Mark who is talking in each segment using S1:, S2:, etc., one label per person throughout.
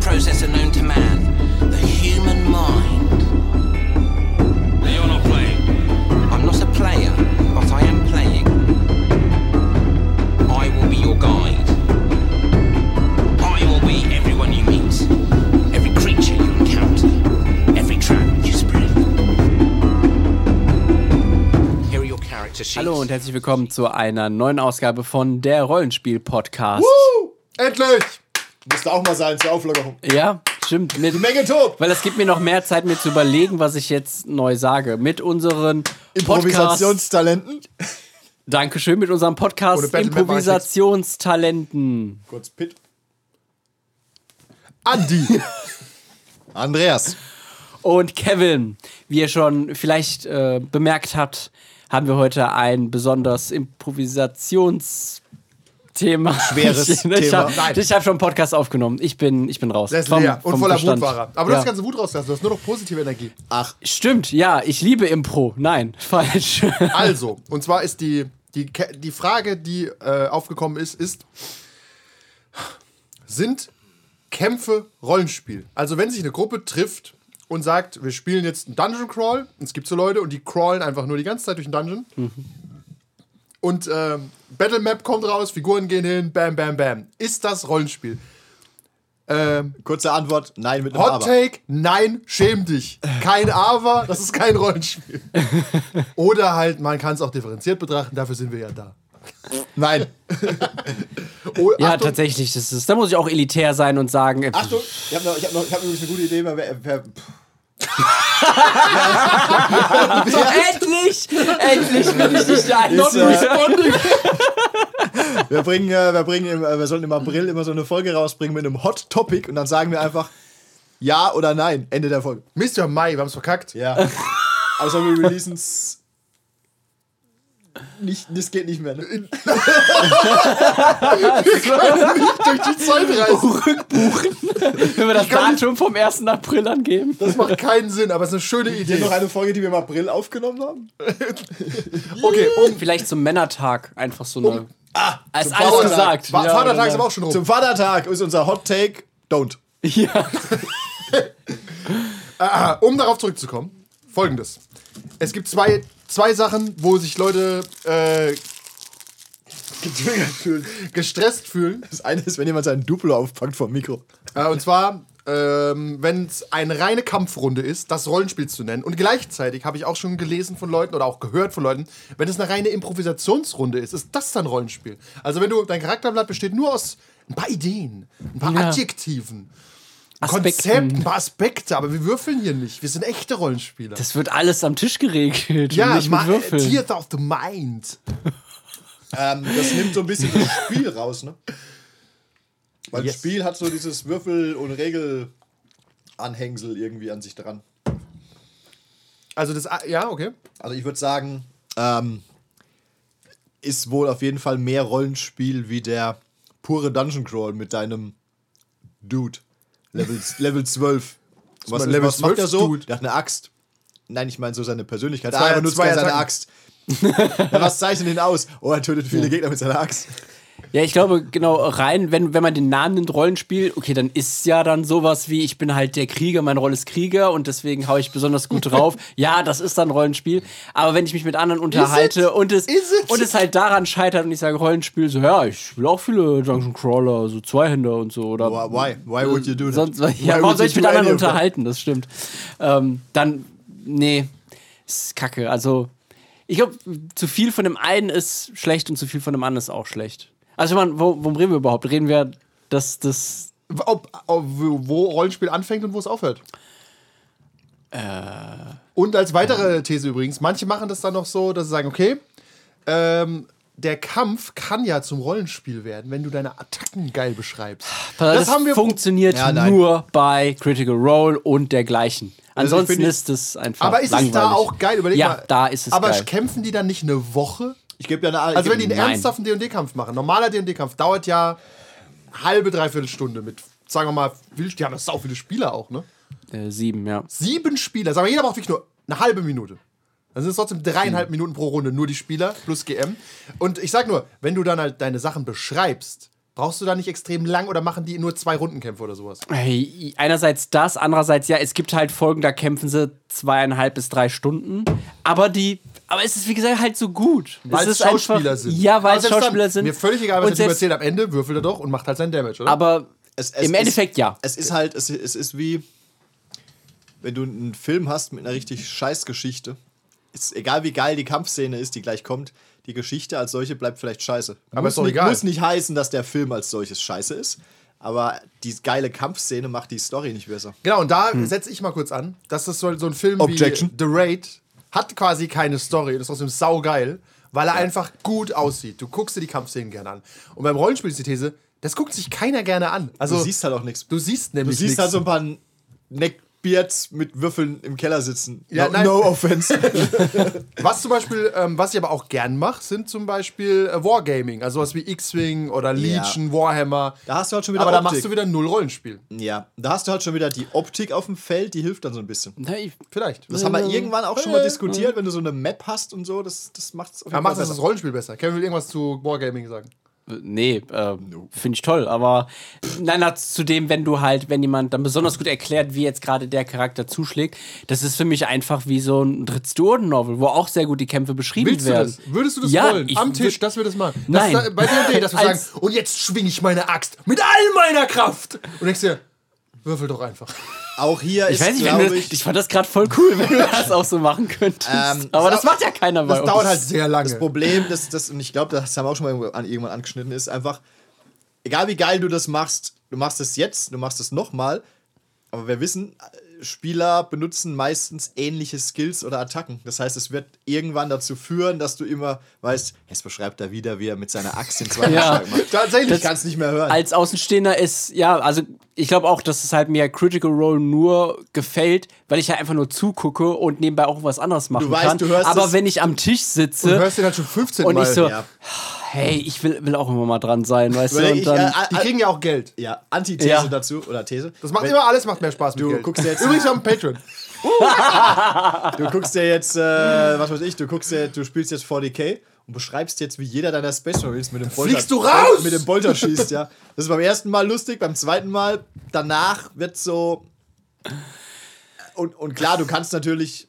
S1: processor known to man the human mind.
S2: Now you're not playing.
S1: I'm not a player, but I am playing. I will be your guide. I will be everyone you meet, every creature you encounter, every trap you spread. Here are your character sheets.
S3: Hallo und herzlich willkommen zu einer neuen Ausgabe von der Rollenspiel-Podcast.
S4: Wuhu! Endlich! Müsste auch mal sein zur Auflockerung.
S3: Ja, stimmt. Mit,
S4: Menge tobt!
S3: weil das gibt mir noch mehr Zeit, mir zu überlegen, was ich jetzt neu sage. Mit unseren Podcast.
S4: Improvisationstalenten.
S3: Dankeschön, mit unserem
S4: Ohne
S3: Podcast
S4: Battle-Map war ich jetzt.
S3: Improvisationstalenten.
S4: Kurz Pit. Andi. Andreas.
S3: Und Kevin, wie ihr schon vielleicht äh, bemerkt habt, haben wir heute ein besonders Improvisationsthema.
S4: Schweres
S3: ich, Ich
S4: Thema.
S3: habe
S4: Nein.
S3: hab schon einen Podcast aufgenommen. Ich bin, ich bin raus.
S4: Der ist
S3: Vom-
S4: leer und
S3: vom
S4: voller
S3: Verstand.
S4: Mut war er. Aber du
S3: ja.
S4: hast ganze Wut rausgelassen. Du hast nur noch positive Energie. Ach.
S3: Stimmt, ja, ich liebe Impro. Nein, falsch.
S4: Also, und zwar ist die, die, Ke- die Frage, die äh, aufgekommen ist, ist, sind Kämpfe Rollenspiel? Also, wenn sich eine Gruppe trifft und sagt, wir spielen jetzt einen Dungeon Crawl, und es gibt so Leute, und die crawlen einfach nur die ganze Zeit durch den Dungeon. Und äh, Battle Map kommt raus, Figuren gehen hin, bam, bam, bam. Ist das Rollenspiel? Ähm,
S5: Kurze Antwort, nein mit einem
S4: Hot
S5: Aber.
S4: Take, nein, schäm dich. Kein Aber, das ist kein Rollenspiel. Oder halt, man kann es auch differenziert betrachten, dafür sind wir ja da.
S5: Nein.
S4: Oh,
S3: ja,
S4: Achtung,
S3: tatsächlich, das ist. Da muss ich auch elitär sein und sagen, äh,
S5: Achtung, ich habe noch, ich hab noch, ich hab übrigens eine gute Idee, weil wir, äh, wir
S3: endlich! endlich bin ich nicht der
S5: Ist,
S3: Einzige.
S5: äh, wir bringen, äh, wir bringen, im, äh, wir sollten im April immer so eine Folge rausbringen mit einem Hot Topic und dann sagen wir einfach ja oder nein. Ende der Folge.
S4: Mist, wir haben Mai, wir haben es verkackt.
S5: Ja. Aber sagen wir releasen es nicht, das geht nicht mehr. Ne?
S4: Durch die Zeit reisen.
S3: Wenn wir das Datum vom 1. April angeben.
S4: Das macht keinen Sinn, aber es ist eine schöne
S5: Hier
S4: Idee.
S5: noch eine Folge, die wir im April aufgenommen haben.
S4: Okay, um.
S3: Vielleicht zum Männertag einfach so eine. Ah, ist alles
S4: Vatertag.
S3: gesagt.
S4: Wa-
S3: Ja,
S4: Vatertag
S3: oder-
S4: ist aber auch schon rum.
S5: Zum Vatertag ist unser Hot Take Don't.
S3: Ja.
S4: Ah, um darauf zurückzukommen, folgendes. Es gibt zwei, zwei Sachen, wo sich Leute äh,
S5: Getriggert fühlen.
S4: gestresst fühlen.
S5: Das eine ist, wenn jemand seinen Duplo aufpackt vom Mikro.
S4: Äh, und zwar, ähm, wenn es eine reine Kampfrunde ist, das Rollenspiel zu nennen. Und gleichzeitig habe ich auch schon gelesen von Leuten oder auch gehört von Leuten, wenn es eine reine Improvisationsrunde ist, ist das dann Rollenspiel. Also wenn du, dein Charakterblatt besteht nur aus ein paar Ideen, ein paar
S3: Ja.
S4: Adjektiven, Konzepten,
S3: Aspekten.
S4: ein paar Aspekte, aber wir würfeln hier nicht. Wir sind echte Rollenspieler.
S3: Das wird alles am Tisch geregelt. und nicht
S4: ma-
S3: mit Würfeln.
S4: Theater of the Mind.
S5: Ähm, das nimmt so ein bisschen das Spiel raus, ne? Weil
S4: Yes.
S5: das Spiel hat so dieses Würfel- und Regelanhängsel irgendwie an sich dran.
S4: Also das, ja, okay.
S5: Also ich würde sagen, ähm, ist wohl auf jeden Fall mehr Rollenspiel wie der pure Dungeon Crawl mit deinem Dude. Level, Level 12. Was,
S4: mein Level
S5: was macht
S4: 12
S5: er so?
S4: Dude.
S5: Der hat eine Axt. Nein, ich meine so seine Persönlichkeit.
S4: Zwei-
S5: Zwei, benutzt
S4: zwei
S5: er seine
S4: Attacken.
S5: Axt. ja, was zeichnet ihn aus? Oh, er tötet viele Gegner mit seiner Axt.
S3: Ja, ich glaube, genau, rein, wenn, wenn man den Namen nimmt, Rollenspiel, okay, dann ist ja dann sowas wie, ich bin halt der Krieger, meine Rolle ist Krieger und deswegen hau ich besonders gut drauf. ja, das ist dann Rollenspiel. Aber wenn ich mich mit anderen unterhalte und es,
S4: Is it?
S3: und es halt daran scheitert und ich sage Rollenspiel, so, ja, ich will auch viele Dungeon Crawler, so Zweihänder und so, oder
S5: Why- Why? Why would you do that?
S3: sonst, was.
S5: Why
S3: ja, warum
S5: would
S3: soll
S5: you
S3: ich mit
S5: do
S3: anderen
S5: any of that?
S3: unterhalten? Das stimmt. Ähm, dann, nee, ist kacke. Also, ich glaube, zu viel von dem einen ist schlecht und zu viel von dem anderen ist auch schlecht. Also, ich mein, wo, worum reden wir überhaupt? Reden wir, dass das.
S4: ob, ob, wo Rollenspiel anfängt und wo es aufhört. Äh. Und als weitere These übrigens, manche machen das dann noch so, dass sie sagen, okay, ähm, der Kampf kann ja zum Rollenspiel werden, wenn du deine Attacken geil beschreibst.
S3: Ah, Das,
S4: haben wir-
S3: funktioniert
S5: Ja, nein.
S3: nur bei Critical Role und dergleichen. Ansonsten
S4: finde-
S3: ist es einfach.
S4: Aber ist
S3: langweilig.
S4: es da auch geil? Überleg
S3: ja,
S4: mal.
S3: da ist es
S4: Aber
S3: geil.
S4: kämpfen die dann nicht eine Woche?
S5: Ich gebe dir eine ich
S4: Also
S5: geb-
S4: wenn die einen
S3: Nein.
S4: ernsthaften D&D-Kampf machen, normaler D&D-Kampf dauert ja halbe, dreiviertel Stunde mit, sagen wir mal, viel- die haben das sau viele Spieler auch, ne?
S3: Äh, sieben, ja.
S4: sieben Spieler, sagen wir, jeder braucht wirklich nur eine halbe Minute. Dann sind es trotzdem
S3: Hm.
S4: dreieinhalb Minuten pro Runde, nur die Spieler plus GM. Und ich sag nur, wenn du dann halt deine Sachen beschreibst, Brauchst du da nicht extrem lang oder machen die nur zwei Rundenkämpfe oder sowas?
S3: Hey, einerseits das, andererseits ja, es gibt halt Folgen, da kämpfen sie zweieinhalb bis drei Stunden. Aber die, aber es ist wie gesagt halt so gut. es
S4: Weil es
S3: ist einfach-
S4: Schauspieler sind.
S3: Ja, weil
S4: Aber
S3: es
S4: selbst
S3: Schauspieler
S4: dann,
S3: sind.
S4: Mir völlig egal, was
S3: Und
S4: er dir
S3: selbst-
S4: erzählt. Am Ende würfelt er doch und macht halt sein Damage, oder?
S3: Aber
S5: Es- es-
S3: im
S5: es-
S3: Endeffekt ja.
S5: Es ist halt, es, es ist wie, wenn du einen Film hast mit einer richtig scheiß Geschichte. Ist egal, wie geil die Kampfszene ist, die gleich kommt, die Geschichte als solche bleibt vielleicht scheiße.
S4: Aber
S5: muss
S4: ist doch
S5: nicht,
S4: egal.
S5: Muss nicht heißen, dass der Film als solches scheiße ist. Aber die geile Kampfszene macht die Story nicht besser.
S4: Genau, und da setze ich mal kurz an, dass das so, so ein Film
S5: Hm. Objection.
S4: wie The Raid hat quasi keine Story und ist trotzdem saugeil, weil er einfach gut aussieht. Du guckst dir die Kampfszenen gerne an. Und beim Rollenspiel ist die These, das guckt sich keiner gerne an. Also,
S5: du siehst halt auch nichts.
S4: du siehst
S5: Du
S4: nämlich
S5: siehst
S4: nichts.
S5: halt so ein paar Neckbeards mit Würfeln im Keller sitzen.
S4: Ja,
S5: no,
S4: nein.
S5: no offense.
S4: Was zum Beispiel, ähm, was ich aber auch gern mache, sind zum Beispiel äh, Wargaming. Also sowas wie X-Wing oder Legion, Warhammer.
S5: Da hast du halt schon wieder
S4: aber da
S5: Optik.
S4: machst du wieder null Rollenspiel.
S5: ja, da hast du halt schon wieder die Optik auf dem Feld, die hilft dann so ein bisschen.
S3: Na, ich-
S4: Vielleicht.
S5: Das haben
S3: Äh,
S5: wir irgendwann auch schon mal diskutiert, wenn du so eine Map hast und so, das, das macht's auf
S4: Da
S5: jeden
S4: macht
S5: Fall
S4: das das
S5: besser.
S4: Rollenspiel besser. Kevin will irgendwas zu Wargaming sagen.
S3: Nee, äh, finde ich toll, aber nein, na, zudem, wenn du halt, wenn jemand dann besonders gut erklärt, wie jetzt gerade der Charakter zuschlägt, das ist für mich einfach wie so ein Dritz novel wo auch sehr gut die Kämpfe beschrieben
S4: Willst du
S3: werden.
S4: das? Würdest du das
S3: ja,
S4: wollen?
S3: ich
S4: Am
S3: wü-
S4: Tisch, dass wir das machen. Das
S3: Nein.
S4: Ist, bei D&D, dass wir sagen,
S3: Als-
S4: und jetzt schwinge ich meine Axt mit all meiner Kraft. Und denkst dir, würfel doch einfach.
S5: Auch hier
S3: Ich weiß
S5: ist,
S3: nicht, wenn du,
S5: glaube
S3: ich,
S5: ich,
S3: fand das gerade voll cool, wenn du das auch so machen könntest.
S5: Ähm,
S3: aber
S5: das
S3: das macht ja keiner bei
S4: Das
S3: uns.
S4: dauert halt sehr lange.
S5: das Problem, das, das, und ich glaube, das haben wir auch schon mal irgendwo an- irgendwann angeschnitten, ist einfach, egal wie geil du das machst, du machst es jetzt, du machst es nochmal, aber wir wissen, Spieler benutzen meistens ähnliche Skills oder Attacken. Das heißt, es wird irgendwann dazu führen, dass du immer weißt, jetzt beschreibt er wieder, wie er mit seiner Axt den zweiten
S3: Ja.
S5: Schlag macht.
S4: Tatsächlich.
S5: Ich kann es nicht mehr hören.
S3: als Außenstehender ist, ja, also ich glaube auch, dass es halt mir Critical Role nur gefällt, weil ich halt einfach nur zugucke und nebenbei auch was anderes machen
S5: weißt,
S3: kann.
S5: du hörst
S3: Aber
S5: es-
S3: wenn ich am Tisch sitze
S4: du hörst den halt schon 15
S3: und
S4: Mal.
S3: ich so,
S5: ja.
S3: hey, ich will, will auch immer mal dran sein, weißt du?
S5: Überleg
S3: Und
S5: ich,
S3: dann,
S5: äh,
S4: Die kriegen ja auch Geld.
S5: ja, Antithese
S3: Ja.
S5: dazu oder These.
S4: Das macht immer alles, macht mehr Spaß mit
S5: Du
S4: Geld.
S5: guckst jetzt-
S4: Übrigens am Patreon.
S5: Du guckst dir jetzt, äh, was weiß ich, du guckst dir, du spielst jetzt 40k und beschreibst jetzt, wie jeder deiner Space Marines mit dem Bolter,
S4: Fliegst du raus!
S5: mit dem Bolter schießt, ja. Das ist beim ersten Mal lustig, beim zweiten Mal danach wird so und, und klar, du kannst natürlich,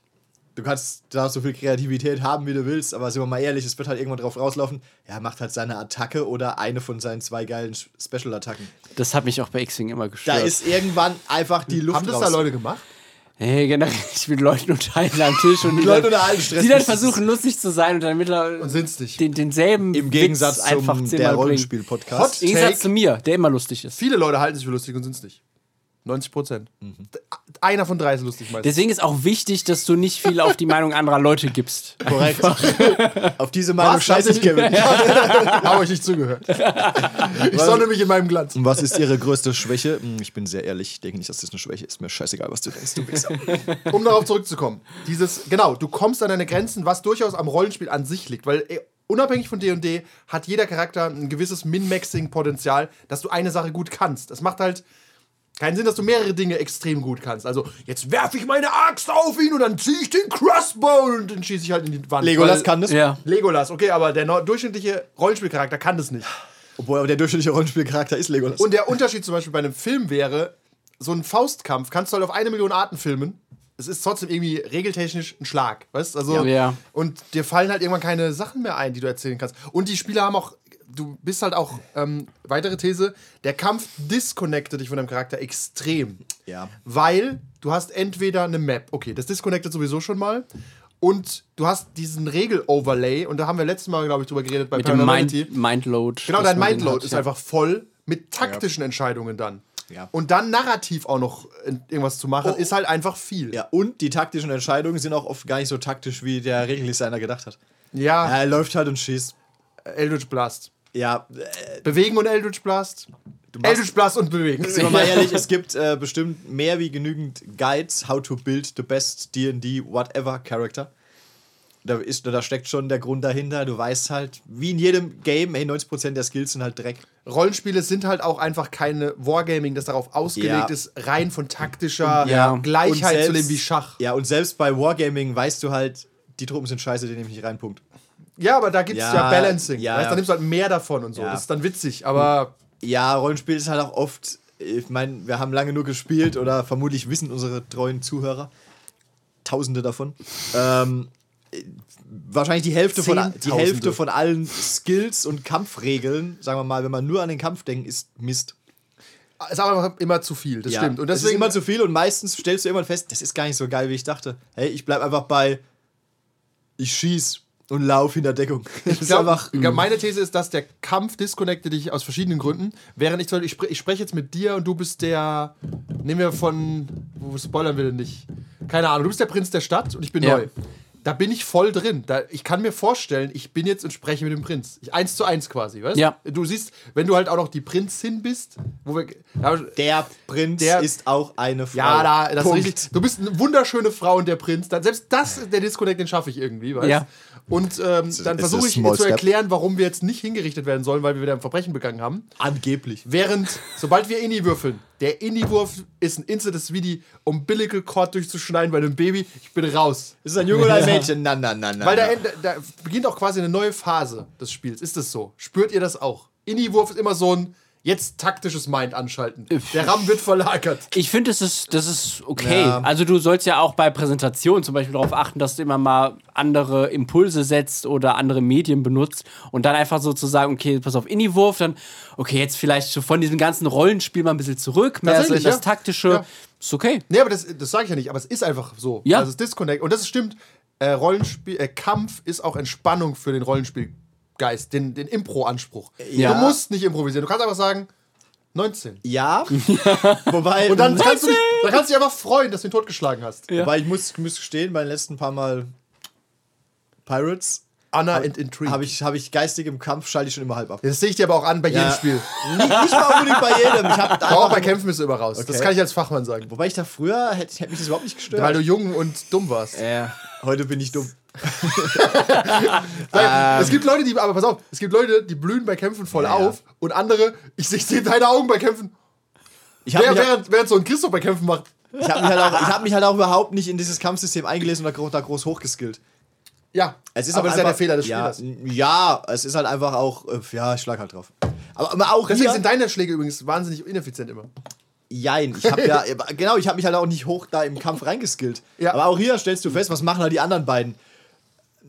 S5: du kannst da so viel Kreativität haben, wie du willst, aber sind wir mal ehrlich, es wird halt irgendwann drauf rauslaufen. Er macht halt seine Attacke oder eine von seinen zwei geilen Special Attacken.
S3: das hat mich auch bei X-Wing immer
S5: Da
S3: gestört.
S5: ist irgendwann einfach die Luft
S4: Haben das
S5: raus.
S4: da Leute gemacht?
S3: hey, generell, ich will Leute unterhalten am Tisch und die
S5: Leute
S3: dann,
S5: unterhalten, Stress
S3: die dann
S5: nicht.
S3: versuchen lustig zu sein und dann mittlerweile
S4: Und sind's nicht.
S3: den, denselben
S5: Im Gegensatz
S3: Witz
S5: zum
S3: einfach
S5: der
S3: zehnmal bringen.
S5: Rollenspiel-Podcast.
S3: Im Gegensatz zu mir, der immer lustig ist.
S4: Viele Leute halten sich für lustig und sind's nicht. 90 Prozent.
S3: Mhm.
S4: Einer von drei ist lustig meistens.
S3: Deswegen ist auch wichtig, dass du nicht viel auf die Meinung anderer Leute gibst.
S5: Korrekt. Auf diese Meinung
S4: Was?
S5: scheiße ich, Kevin.
S4: Habe euch nicht zugehört. Ich sonne mich in meinem Glanz.
S5: Und was ist Ihre größte Schwäche? Hm, Ich bin sehr ehrlich, ich denke nicht, dass das eine Schwäche ist. Mir scheißegal, was du denkst, du Wichser.
S4: um darauf zurückzukommen, dieses, genau, du kommst an deine Grenzen, was durchaus am Rollenspiel an sich liegt, weil äh, unabhängig von D&D hat jeder Charakter ein gewisses Min-Maxing-Potenzial, dass du eine Sache gut kannst. Das macht halt keinen Sinn, dass du mehrere Dinge extrem gut kannst. Also, jetzt werfe ich meine Axt auf ihn und dann ziehe ich den Crossbow und dann schieße ich halt in die Wand.
S5: Legolas
S4: Weil-
S5: kann das.
S3: Ja.
S4: Legolas, okay, aber der neu- durchschnittliche Rollenspielcharakter kann das nicht.
S5: Obwohl aber der durchschnittliche Rollenspielcharakter ist Legolas.
S4: Und der Unterschied zum Beispiel bei einem Film wäre, so ein Faustkampf kannst du halt auf eine Million Arten filmen. Es ist trotzdem irgendwie regeltechnisch ein Schlag, weißt Also
S3: Ja.
S4: und dir fallen halt irgendwann keine Sachen mehr ein, die du erzählen kannst. Und die Spieler haben auch, du bist halt auch ähm, weitere These, der Kampf disconnectet dich von deinem Charakter extrem.
S5: Ja.
S4: Weil du hast entweder eine Map, okay, das disconnectet sowieso schon mal. Und du hast diesen Regel-Overlay, und da haben wir letztes Mal, glaube ich, drüber geredet bei
S3: Mit dem
S4: Paranormality.
S3: Mind, Mindload.
S4: Genau,
S3: dass
S4: dein
S3: man den
S4: Mindload
S3: hat,
S4: ist
S3: ja.
S4: einfach voll mit taktischen Entscheidungen dann.
S5: Ja. Oh,
S4: Und dann narrativ auch noch in- irgendwas zu machen, ist halt einfach viel.
S5: ja, und die taktischen Entscheidungen sind auch oft gar nicht so taktisch, wie der Regeldesigner gedacht hat. Ja,
S4: Ja,
S5: er läuft halt und schießt.
S4: Eldritch Blast.
S5: Ja, äh,
S4: Bewegen und Eldritch Blast. Eldritch Blast und bewegen.
S5: sind wir mal ehrlich, es gibt äh, bestimmt mehr wie genügend Guides, how to build the best D&D whatever Character. Da, ist, da steckt schon der Grund dahinter. Du weißt halt, wie in jedem Game, hey, 90% der Skills sind halt Dreck.
S4: Rollenspiele sind halt auch einfach keine Wargaming, das darauf ausgelegt
S5: Ja.
S4: ist, rein von taktischer
S3: Ja.
S4: Gleichheit
S5: Und
S4: zu
S5: selbst-
S4: leben wie Schach.
S5: Ja, und selbst bei Wargaming weißt du halt, die Truppen sind scheiße, die nehme ich nicht rein, Punkt.
S4: Ja, aber da gibt es ja,
S5: Ja,
S4: Balancing.
S5: ja,
S4: weißt,
S5: ja.
S4: da nimmst du halt mehr davon und so.
S5: Ja.
S4: Das ist dann witzig, aber
S5: Ja, Rollenspiel ist halt auch oft, ich meine, wir haben lange nur gespielt oder vermutlich wissen unsere treuen Zuhörer, tausende davon, ähm, äh, wahrscheinlich die Hälfte, von, die Zehntausende. Hälfte von allen Skills und Kampfregeln, sagen wir mal, wenn man nur an den Kampf denkt, ist Mist.
S4: Ist aber noch immer zu viel, das
S5: Hm. Ja,
S4: stimmt. Und
S5: es ist
S4: deswegen
S5: immer zu viel und meistens stellst du irgendwann fest, das ist gar nicht so geil, wie ich dachte. Hey, ich bleib einfach bei, ich schieß und lauf hinter Deckung. Das
S4: Ich
S5: ist
S4: glaub,
S5: einfach.
S4: ja, meine These ist, dass der Kampf disconnecte dich aus verschiedenen Gründen. Während ich zum Beispiel, ich, spre ich spreche jetzt mit dir und du bist der. Nehmen wir von. Wo spoilern wir denn nicht? Keine Ahnung, du bist der Prinz der Stadt und ich bin
S3: Ja.
S4: neu. Da bin ich voll drin. Da, ich kann mir vorstellen, ich bin jetzt und spreche mit dem Prinz. Ich, eins zu eins quasi, weißt
S3: Ja.
S4: du? siehst, wenn du halt auch noch die Prinzin bist, wo wir. Da,
S5: Der Prinz
S4: Der-
S5: ist auch eine Frau.
S4: ja, da, das ist
S5: Punkt.
S4: richtig. Du bist eine wunderschöne Frau und der Prinz. Dann, selbst das, der Disconnect, den schaffe ich irgendwie, weißt
S3: Ja.
S4: Und ähm, dann
S5: ist
S4: versuche
S5: a
S4: ich
S5: small
S4: zu
S5: step.
S4: erklären, warum wir jetzt nicht hingerichtet werden sollen, weil wir wieder ein Verbrechen begangen haben.
S5: Angeblich.
S4: Während, sobald wir Inni würfeln, der Inni-Wurf ist ein Instantes wie die Umbilical Cord durchzuschneiden bei einem Baby. Ich bin raus.
S5: Ist es ein Junge oder ein Mädchen? Na, na, na, na.
S4: Weil da,
S5: na.
S4: end- da beginnt auch quasi eine neue Phase des Spiels. Ist das so? Spürt ihr das auch? Inni-Wurf ist immer so ein jetzt taktisches Mind anschalten. Der Rahmen wird verlagert.
S3: Ich finde, das ist, das ist okay.
S5: Ja.
S3: Also du sollst ja auch bei Präsentationen zum Beispiel darauf achten, dass du immer mal andere Impulse setzt oder andere Medien benutzt und dann einfach so zu sagen, okay, pass auf Indie-Wurf, dann, okay, jetzt vielleicht so von diesem ganzen Rollenspiel mal ein bisschen zurück, mehr so in
S4: Tatsächlich,
S3: das
S4: ja.
S3: Taktische.
S4: Ja.
S3: Ist okay.
S4: Nee, aber das, das sage ich ja nicht, aber es ist einfach so.
S3: Ja.
S4: Also es ist Disconnect. Und das stimmt, äh, Rollenspiel, äh, Kampf ist auch Entspannung für den Rollenspielgeist, den, den Impro-Anspruch.
S5: Ja.
S4: Du musst nicht improvisieren, du kannst einfach sagen, 19.
S5: ja. Wobei.
S4: Und dann kannst, du dich, dann kannst du dich einfach freuen, dass du ihn totgeschlagen hast.
S5: Wobei ich muss, muss gestehen, bei den letzten paar Mal Pirates
S4: Anna and Intrigue.
S5: habe ich, hab ich geistig im Kampf, schalte ich schon immer halb ab.
S4: das sehe ich dir aber auch an bei jedem
S5: Ja.
S4: Spiel.
S5: Nicht, nicht mal unbedingt bei jedem. Ich hab
S4: Aber auch
S5: einfach,
S4: bei Kämpfen bist du immer raus. Das
S5: Okay.
S4: kann ich als Fachmann sagen.
S5: wobei ich da früher hätte hätte mich das überhaupt nicht gestört.
S4: Weil du jung und dumm warst.
S5: Ja. Heute bin ich dumm.
S4: Weil es gibt Leute, die, aber pass auf, es gibt Leute, die blühen bei Kämpfen voll
S5: Ja, ja.
S4: auf und andere, ich, ich sehe deine Augen bei Kämpfen.
S5: Ich habe
S4: Wer,
S5: mich, auch-
S4: während, während so ein Christoph bei Kämpfen macht,
S5: ich hab mich, halt auch- ich hab mich halt auch überhaupt nicht in dieses Kampfsystem eingelesen und da gro- da groß hochgeskillt.
S4: Ja,
S5: Es ist
S4: aber
S5: auch
S4: das ist ja der
S5: einfach-
S4: Fehler des
S5: ja,
S4: Spielers.
S5: n- Ja, es ist halt einfach auch, äh, ja, ich schlag halt drauf. Aber, aber auch
S4: Deswegen
S5: hier,
S4: sind deine Schläge übrigens wahnsinnig ineffizient immer.
S5: jein, ich hab ja, genau, ich habe mich halt auch nicht hoch da im Kampf reingeskillt.
S4: Ja.
S5: Aber auch hier stellst du fest, was machen halt die anderen beiden?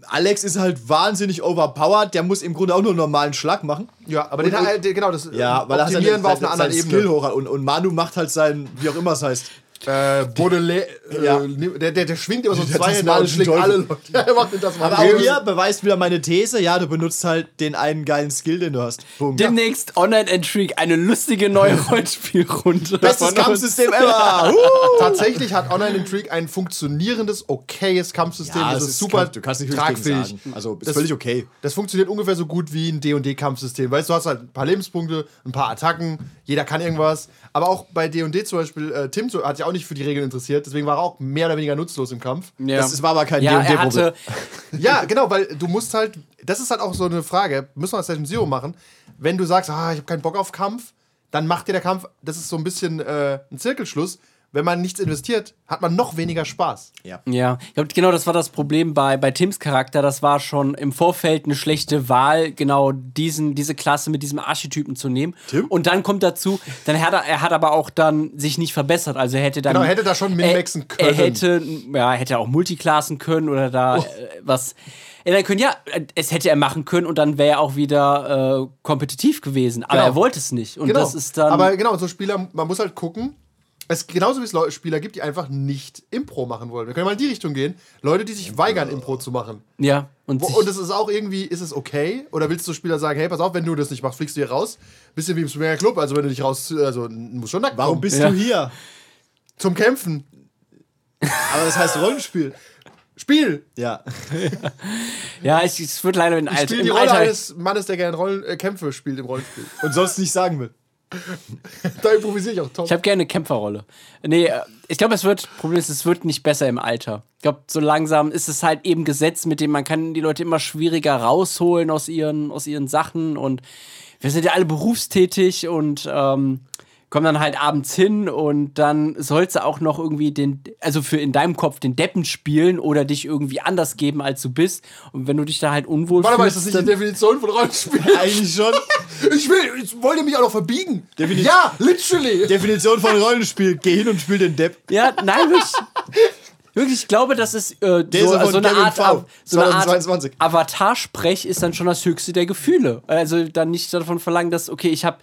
S5: Alex ist halt wahnsinnig overpowered, der muss im Grunde auch nur einen normalen Schlag machen.
S4: Ja, aber
S5: Und-
S4: den, äh, den, genau, das
S5: Ja, weil er hat
S4: Optimieren war auf einer anderen
S5: seinen
S4: Ebene.
S5: Skill hoch und, und Manu macht halt sein, wie auch immer es heißt.
S4: Äh, Baudelaire, äh,
S5: Ja.
S4: der, der, der schwingt immer so
S5: Der
S4: zwei Hände und
S5: tasmanische
S4: schlägt
S5: Teufel.
S4: alle Leute. Er macht den
S5: Aber
S4: Tasmanischen
S5: auch
S4: Teufel.
S5: hier beweist wieder meine These, ja, du benutzt halt den einen geilen Skill, den du hast. Punkt.
S3: Demnächst Online Intrigue, eine lustige neue Rollenspielrunde.
S5: Bestes
S3: von uns.
S5: Kampfsystem ever! Huh!
S4: Tatsächlich hat Online Intrigue ein funktionierendes, okayes Kampfsystem.
S5: Ja,
S4: das,
S5: es
S4: ist super
S5: du kannst nicht wirklich gegen
S4: tragfähig.
S5: sagen. Also ist
S4: Das-
S5: völlig okay.
S4: Das funktioniert ungefähr so gut wie ein D&D-Kampfsystem. Weißt du, du hast halt ein paar Lebenspunkte, ein paar Attacken, jeder kann irgendwas. Aber auch bei D&D zum Beispiel, äh, Tim zu- hat sich auch nicht für die Regeln interessiert, deswegen war er auch mehr oder weniger nutzlos im Kampf.
S3: Ja.
S5: Das ist- war aber kein
S3: ja,
S5: D&D
S3: er hatte,
S4: Ja, genau, weil du musst halt, das ist halt auch so eine Frage, müssen wir als Session Zero machen, wenn du sagst, ah, ich habe keinen Bock auf Kampf, dann macht dir der Kampf, das ist so ein bisschen äh, ein Zirkelschluss, wenn man nichts investiert, hat man noch weniger Spaß.
S5: Ja.
S3: Ja, ich glaube, genau das war das Problem bei, bei Tims Charakter. Das war schon im Vorfeld eine schlechte Wahl, genau diesen, diese Klasse mit diesem Archetypen zu nehmen. Tim? Und dann kommt dazu, dann hat er, er hat aber auch dann sich nicht verbessert. Also er hätte dann.
S4: Genau, er hätte da schon min-maxen
S3: Er- Er
S4: können. Oh.
S3: hätte, ja, er hätte auch Multiklassen können oder da äh, was ändern können. Ja, äh, es hätte er machen können und dann wäre er auch wieder äh, kompetitiv gewesen. Aber
S4: Genau.
S3: er wollte es nicht. Und
S4: Genau.
S3: das ist dann.
S4: Aber genau, so Spieler, man muss halt gucken. Es genauso wie es Leu- Spieler gibt, die einfach nicht Impro machen wollen. Wir können mal in die Richtung gehen. Leute, die sich weigern, Impro zu machen.
S3: ja, und,
S4: Wo,
S3: sich-
S4: und es ist auch irgendwie, ist es okay? Oder willst du Spieler sagen, hey, pass auf, wenn du das nicht machst, fliegst du hier raus? Bisschen wie im Swinger Club, also wenn du dich raus, also n- musst schon nackt
S5: Warum
S4: kommen.
S5: bist
S3: Ja.
S5: du hier?
S4: Zum Kämpfen.
S5: Aber das heißt Rollenspiel.
S4: Spiel!
S5: Ja.
S3: ja, ich, es wird leider in
S4: Ich spiele die
S3: im
S4: Rolle
S3: Alter-
S4: eines Mannes, der gerne Rollen, äh, Kämpfe spielt im Rollenspiel.
S5: Und sonst nicht sagen will.
S4: Da improvisiere ich auch top.
S3: Ich habe gerne eine Kämpferrolle. Nee, äh, ich glaube, es wird, Problem ist, es wird nicht besser im Alter. Ich glaube, so langsam ist es halt eben Gesetz, mit dem man kann die Leute immer schwieriger rausholen aus ihren, aus ihren Sachen und wir sind ja alle berufstätig und ähm, kommen dann halt abends hin und dann sollst du auch noch irgendwie den, also für in deinem Kopf den Deppen spielen oder dich irgendwie anders geben, als du bist. Und wenn du dich da halt unwohl
S4: Warte mal, ist
S3: fühlst,
S4: das nicht
S3: dann-
S4: die Definition von Rollenspiel?
S5: Eigentlich schon.
S4: Ich will, jetzt wollt ihr mich auch noch verbiegen? ja, literally.
S5: Definition von Rollenspiel. Geh hin und spiel den Depp.
S3: Ja, nein, wirklich. Wirklich, ich glaube, das ist äh,
S5: ist
S3: so,
S5: ja von
S3: so eine
S5: Kevin
S3: Art,
S5: V.
S3: Av- so eine Art
S5: 2022.
S3: Avatarsprech ist dann schon das höchste der Gefühle. Also dann nicht davon verlangen, dass, okay, ich habe,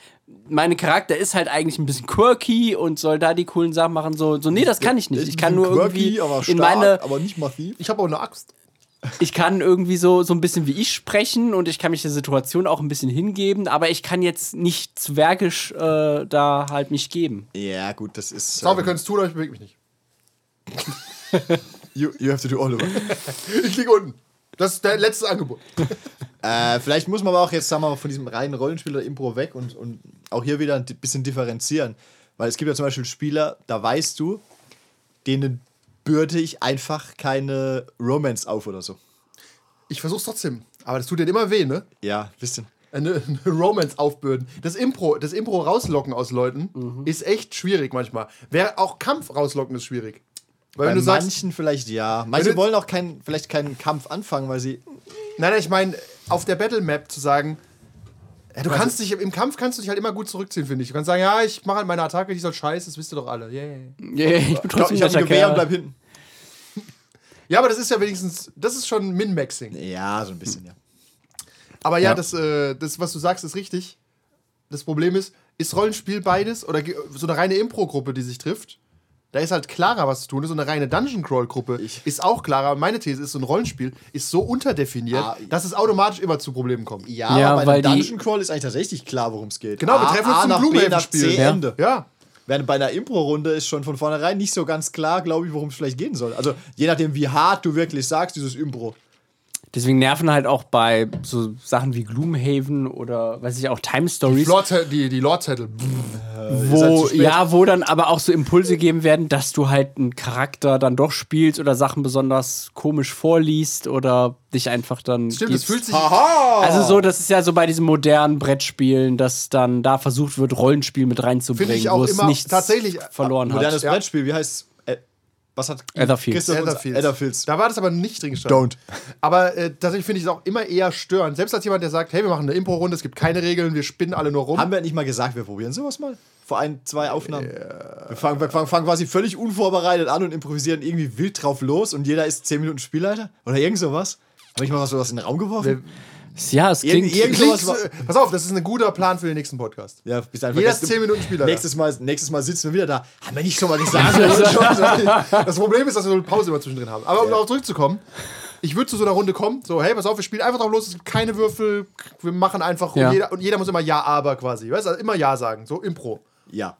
S3: meine Charakter ist halt eigentlich ein bisschen quirky und soll da die coolen Sachen machen. So, so nee, das kann ich nicht. Ich kann nur irgendwie
S5: aber
S3: in
S5: stark,
S3: meine,
S5: aber nicht massiv.
S4: Ich habe auch eine Axt.
S3: ich kann irgendwie so, so ein bisschen wie ich sprechen und ich kann mich der Situation auch ein bisschen hingeben, aber ich kann jetzt nicht zwergisch äh, da halt mich geben.
S5: Ja, gut, das ist.
S4: So, wir
S5: ähm,
S4: können es tun, aber ich bewege mich nicht.
S5: you, you have to do all of it.
S4: Ich liege unten. Das ist der letzte Angebot.
S5: Äh, vielleicht muss man aber auch jetzt, sagen wir mal, von diesem reinen Rollenspiel oder Impro weg und, und auch hier wieder ein di- bisschen differenzieren. Weil es gibt ja zum Beispiel Spieler, da weißt du, denen bürde ich einfach keine Romance auf oder so.
S4: Ich versuch's trotzdem. Aber das tut dir immer weh, ne?
S5: Ja, bisschen.
S4: Eine, eine Romance aufbürden. Das Impro, das Impro rauslocken aus Leuten
S5: Mhm.
S4: ist echt schwierig manchmal. Wäre auch Kampf rauslocken ist schwierig. Weil
S5: Bei
S4: wenn du sagst,
S5: manchen vielleicht ja.
S4: Wenn
S5: Manche
S4: du-
S5: wollen auch keinen, vielleicht keinen Kampf anfangen, weil sie.
S4: Nein, nein, ich meine, auf der Battlemap zu sagen, ja, du kannst dich, im Kampf kannst du dich halt immer gut zurückziehen, finde ich. Du kannst sagen, ja, ich mache halt meine Attacke, die soll scheiße, das wisst ihr doch alle. Yeah.
S3: Yeah, ich bin
S5: Ich hab ein Gewehr und bleib hinten.
S4: Ja, aber das ist ja wenigstens, das ist schon Min-Maxing.
S5: Ja, so ein bisschen, ja.
S4: Aber ja,
S5: Ja.
S4: Das, äh, das, was du sagst, ist richtig. Das Problem ist, ist Rollenspiel beides oder ge- so eine reine Impro-Gruppe, die sich trifft? Da ist halt klarer, was zu tun ist. Und eine reine Dungeon-Crawl-Gruppe
S5: Ich-
S4: ist auch klarer. Und meine These ist, so ein Rollenspiel ist so unterdefiniert,
S5: Ah,
S4: dass es automatisch immer zu Problemen kommt.
S5: Ja,
S3: Ja,
S5: aber bei
S3: weil die-
S5: einem Dungeon Crawl ist eigentlich tatsächlich klar, worum es geht.
S4: Genau, wir
S5: A-
S4: treffen uns
S5: A
S4: zum
S5: nach B nach
S4: Blumenhelm-Spiel.
S5: C,
S3: Ja.
S5: Ende.
S4: Ja,
S5: Während bei einer Impro-Runde ist schon von vornherein nicht so ganz klar, glaube ich, worum es vielleicht gehen soll. Also je nachdem, wie hart du wirklich sagst, dieses Impro.
S3: Deswegen nerven halt auch bei so Sachen wie Gloomhaven oder weiß ich auch Time Stories,
S4: Lore die, die Lore-Zettel.
S5: ist halt
S3: wo
S5: zu spät.
S3: ja, wo dann aber auch so Impulse gegeben werden, dass du halt einen Charakter dann doch spielst oder Sachen besonders komisch vorliest oder dich einfach dann
S4: Stimmt, es
S3: gibst.
S4: fühlt sich.
S3: also so, das ist ja so bei diesen modernen Brettspielen, dass dann da versucht wird, Rollenspiel mit reinzubringen,
S4: Finde ich auch
S3: wo es
S4: immer
S3: nichts
S4: tatsächlich-
S3: verloren
S5: Modernes
S3: hat.
S4: Ja.
S5: Brettspiel, wie heißt äh, Was hat
S3: Etherfield.
S5: Christoph uns-
S4: Etherfields.
S5: Etherfields.
S4: Da war das aber nicht drin gestanden.
S5: Don't.
S4: Aber äh, tatsächlich finde ich es auch immer eher störend. Selbst als jemand, der sagt, hey, wir machen eine Impro-Runde, es gibt keine Regeln, wir spinnen alle nur rum.
S5: Haben wir nicht mal gesagt, wir probieren sowas mal? Vor ein, zwei Aufnahmen. Wir fangen, wir fangen, fangen quasi völlig unvorbereitet an und improvisieren irgendwie wild drauf los und jeder ist 10 Minuten Spielleiter oder irgend sowas. Habe ich mal was, sowas in den Raum geworfen?
S3: Ja, es klingt.
S5: Irgendwie- irgendwie-
S4: Klingt,
S5: sowas
S4: äh, pass auf, das ist ein guter Plan für den nächsten Podcast.
S5: ja, bis dahin
S4: Jeder
S5: vergesst
S4: ist
S5: du-
S4: 10 Minuten Spieler.
S5: Nächstes mal, nächstes mal sitzen wir wieder da. Haben wir nicht schon mal gesagt?
S4: das Problem ist, dass wir so eine Pause immer zwischendrin haben. Aber um darauf zurückzukommen, ich würde zu so einer Runde kommen, so, hey, pass auf, wir spielen einfach drauf los, es gibt keine Würfel, wir machen einfach
S3: Ja.
S4: und, jeder, und jeder muss immer Ja, aber quasi. Weißt du, also immer Ja sagen, so Impro.
S5: ja.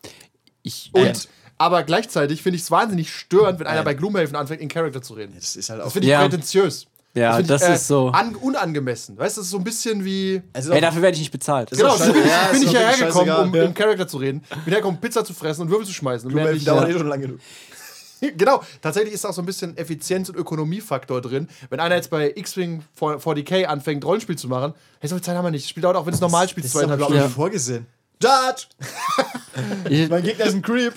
S3: ich,
S4: Und,
S5: And.
S4: aber gleichzeitig finde ich es wahnsinnig störend, wenn einer bei Gloomhaven anfängt, in Character zu reden.
S5: Das ist halt
S4: Das
S5: auch.
S4: finde ich
S3: Ja.
S4: prätentiös.
S3: Ja,
S4: find äh,
S3: das ist so.
S4: An, unangemessen. Weißt du, das ist so ein bisschen wie.
S5: Also
S3: ey, dafür werde ich nicht bezahlt.
S5: ist
S4: Genau,
S5: doch
S4: so bin ich,
S5: scheiße- ja,
S4: bin
S5: ist
S4: ich
S5: doch
S4: hierher
S5: wirklich
S4: gekommen, um
S5: scheißegal.
S4: im Charakter zu reden. Bin hergekommen, Pizza zu fressen und Würfel zu schmeißen. Und mehr
S5: Moment,
S4: nicht.
S5: dauert eh schon lang genug.
S4: Genau, tatsächlich ist auch so ein bisschen Effizienz- und Ökonomiefaktor drin. Wenn einer jetzt bei X-Wing 40k anfängt, Rollenspiel zu machen, hey, so viel Zeit haben wir nicht. Das Spiel dauert auch, wenn es normal spielt,
S5: Das ist doch,
S4: zweieinhalb
S5: glaube
S4: Stunden.
S5: ich, vorgesehen. Dart!
S3: Ich-
S5: Mein Gegner ist ein Creep.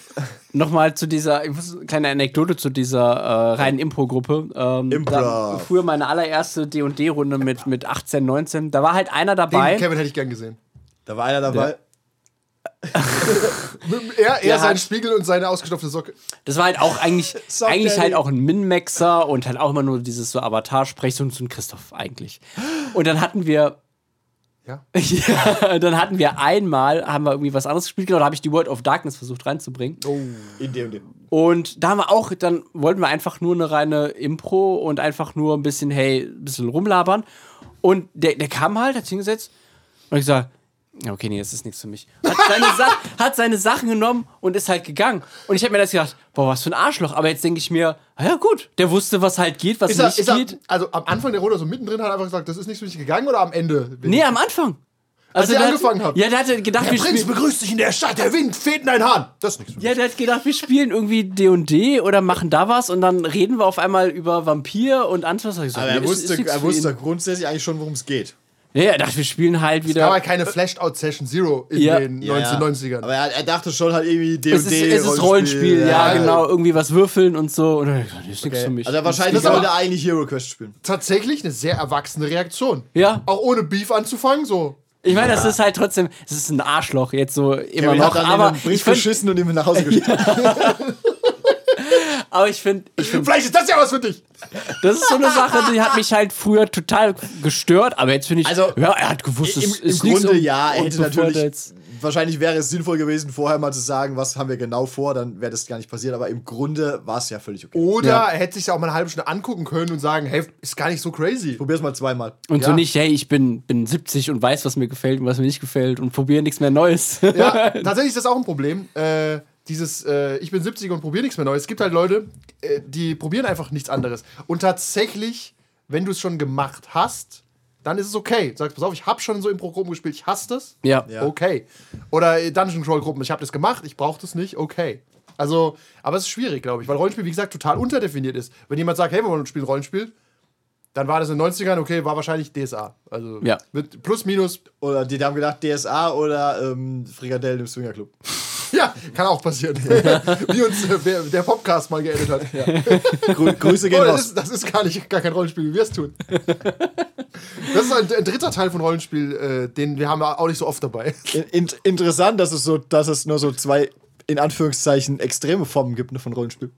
S3: Nochmal zu dieser, ich muss, kleine Anekdote zu dieser äh, reinen Impro-Gruppe. Ähm,
S5: Impro.
S3: da- Früher meine allererste D&D-Runde mit, mit 18, 19. Da war halt einer dabei.
S4: Den Kevin hätte ich gern gesehen.
S5: Da war einer dabei.
S3: Ja.
S4: Er, er
S3: hat-
S4: seinen Spiegel und seine ausgestopfte Socke.
S3: Das war halt auch eigentlich,
S5: Soft
S3: eigentlich
S5: Daddy.
S3: halt auch ein Min-Maxer und halt auch immer nur dieses so Avatar-Sprech, so ein so ein Christoph eigentlich. Und dann hatten wir
S4: Ja.
S3: ja, dann hatten wir einmal, haben wir irgendwie was anderes gespielt, genau, da habe ich die World of Darkness versucht reinzubringen.
S5: In dem, dem.
S3: Und da haben wir auch, dann wollten wir einfach nur eine reine Impro und einfach nur ein bisschen, hey, ein bisschen rumlabern. Und der, der kam halt, hat sich hingesetzt und hat gesagt, "Ja, okay, nee, das ist nichts für mich. Hat seine, Sa- hat seine Sachen genommen und ist halt gegangen. Und ich habe mir das gedacht, boah, was für ein Arschloch. Aber jetzt denke ich mir, ah ja gut, der wusste, was halt geht, was
S4: Ist
S3: nicht
S4: er, ist er,
S3: geht.
S4: also am Anfang der Runde, so mittendrin, hat er einfach gesagt, das ist nichts für mich gegangen oder am Ende?
S3: nee, am Anfang. Also
S4: ihr
S3: der
S4: angefangen
S3: hat,
S4: habt.
S3: Ja, der hatte gedacht,
S4: Der
S3: wir
S4: Prinz
S3: spielen.
S4: begrüßt dich in der Stadt, der Wind fehlt in deinen Haaren. Das ist nichts für mich.
S3: Ja, der hat gedacht, wir spielen irgendwie D&D oder machen da was und dann reden wir auf einmal über Vampir und Also, anderes. Aber
S5: Aber er wusste, er wusste grundsätzlich eigentlich schon, worum es geht.
S3: Ja, ja, dachte, wir spielen halt
S4: Da war
S3: wieder.
S4: keine Flashed-Out Session Zero in
S3: Ja.
S4: den
S5: Ja, ja.
S4: 1990ern.
S5: Aber er, er dachte schon halt irgendwie D&D,
S3: Es ist, es ist Rollenspiel, ja, genau. Irgendwie was würfeln und so. Und dann, das ist nichts für mich.
S5: Also wahrscheinlich
S4: Das ist aber-
S5: wollte er eigentlich Hero Quest spielen.
S4: Tatsächlich eine sehr erwachsene Reaktion.
S3: Ja.
S4: Auch ohne Beef anzufangen, so.
S3: Ich meine, das ist halt trotzdem, es ist ein Arschloch jetzt so immer
S5: Kevin
S3: noch,
S5: hat dann
S3: aber
S5: in den
S3: ich,
S5: Brief
S3: find,
S5: geschissen und ihm nach Hause geschickt.
S3: aber ich finde, ich find,
S4: Vielleicht ist das ja was für dich.
S3: das ist so eine Sache, die hat mich halt früher total gestört, aber jetzt finde ich,
S5: Also,
S3: ja, er hat gewusst,
S5: Im,
S3: es
S5: im
S3: ist nichts
S5: Grunde
S3: und-
S5: ja, er
S3: und
S5: hätte
S3: bevor der
S5: natürlich.
S3: jetzt-
S5: Wahrscheinlich wäre es sinnvoll gewesen, vorher mal zu sagen, was haben wir genau vor, dann wäre das gar nicht passiert, aber im Grunde war es ja völlig okay.
S4: Oder
S3: Ja.
S4: er hätte sich ja auch mal eine halbe Stunde angucken können und sagen, hey, ist gar nicht so crazy.
S5: Probier's mal zweimal.
S3: Und so
S4: Ja.
S3: nicht, hey, ich bin, bin 70 und weiß, was mir gefällt und was mir nicht gefällt und probiere nichts mehr Neues.
S4: Ja, tatsächlich ist das auch ein Problem. Äh, dieses, äh, ich bin 70 und probiere nichts mehr Neues. Es gibt halt Leute, äh, die probieren einfach nichts anderes. Und tatsächlich, wenn du es schon gemacht hast, dann ist es okay. Du sagst, pass auf, ich habe schon so Impro-Gruppen gespielt, ich hasse das.
S3: Ja.
S5: Ja.
S4: Okay. Oder äh, Dungeon-Crawl-Gruppen, ich habe das gemacht, ich brauche das nicht, okay. Also, aber es ist schwierig, glaube ich, weil Rollenspiel, wie gesagt, total unterdefiniert ist. Wenn jemand sagt, hey, wir wollen spielen Rollenspiel, dann war das in den 90ern, okay, war wahrscheinlich DSA. Also
S3: Ja.
S4: mit plus, minus,
S5: Oder die haben gedacht, DSA oder ähm, Frikadellen im Swingerclub.
S4: Ja, kann auch passieren. Wie uns äh, wer- der Podcast mal geendet hat.
S5: Grü Grüße gehen
S4: Oh, das,
S5: raus.
S4: ist, das ist gar, nicht, gar kein Rollenspiel, wie wir es tun. Das ist ein, ein dritter Teil von Rollenspiel, äh, den wir haben auch nicht so oft dabei.
S5: In, in, interessant, dass es, so, dass es nur so zwei, in Anführungszeichen, extreme Formen gibt ne, von Rollenspiel.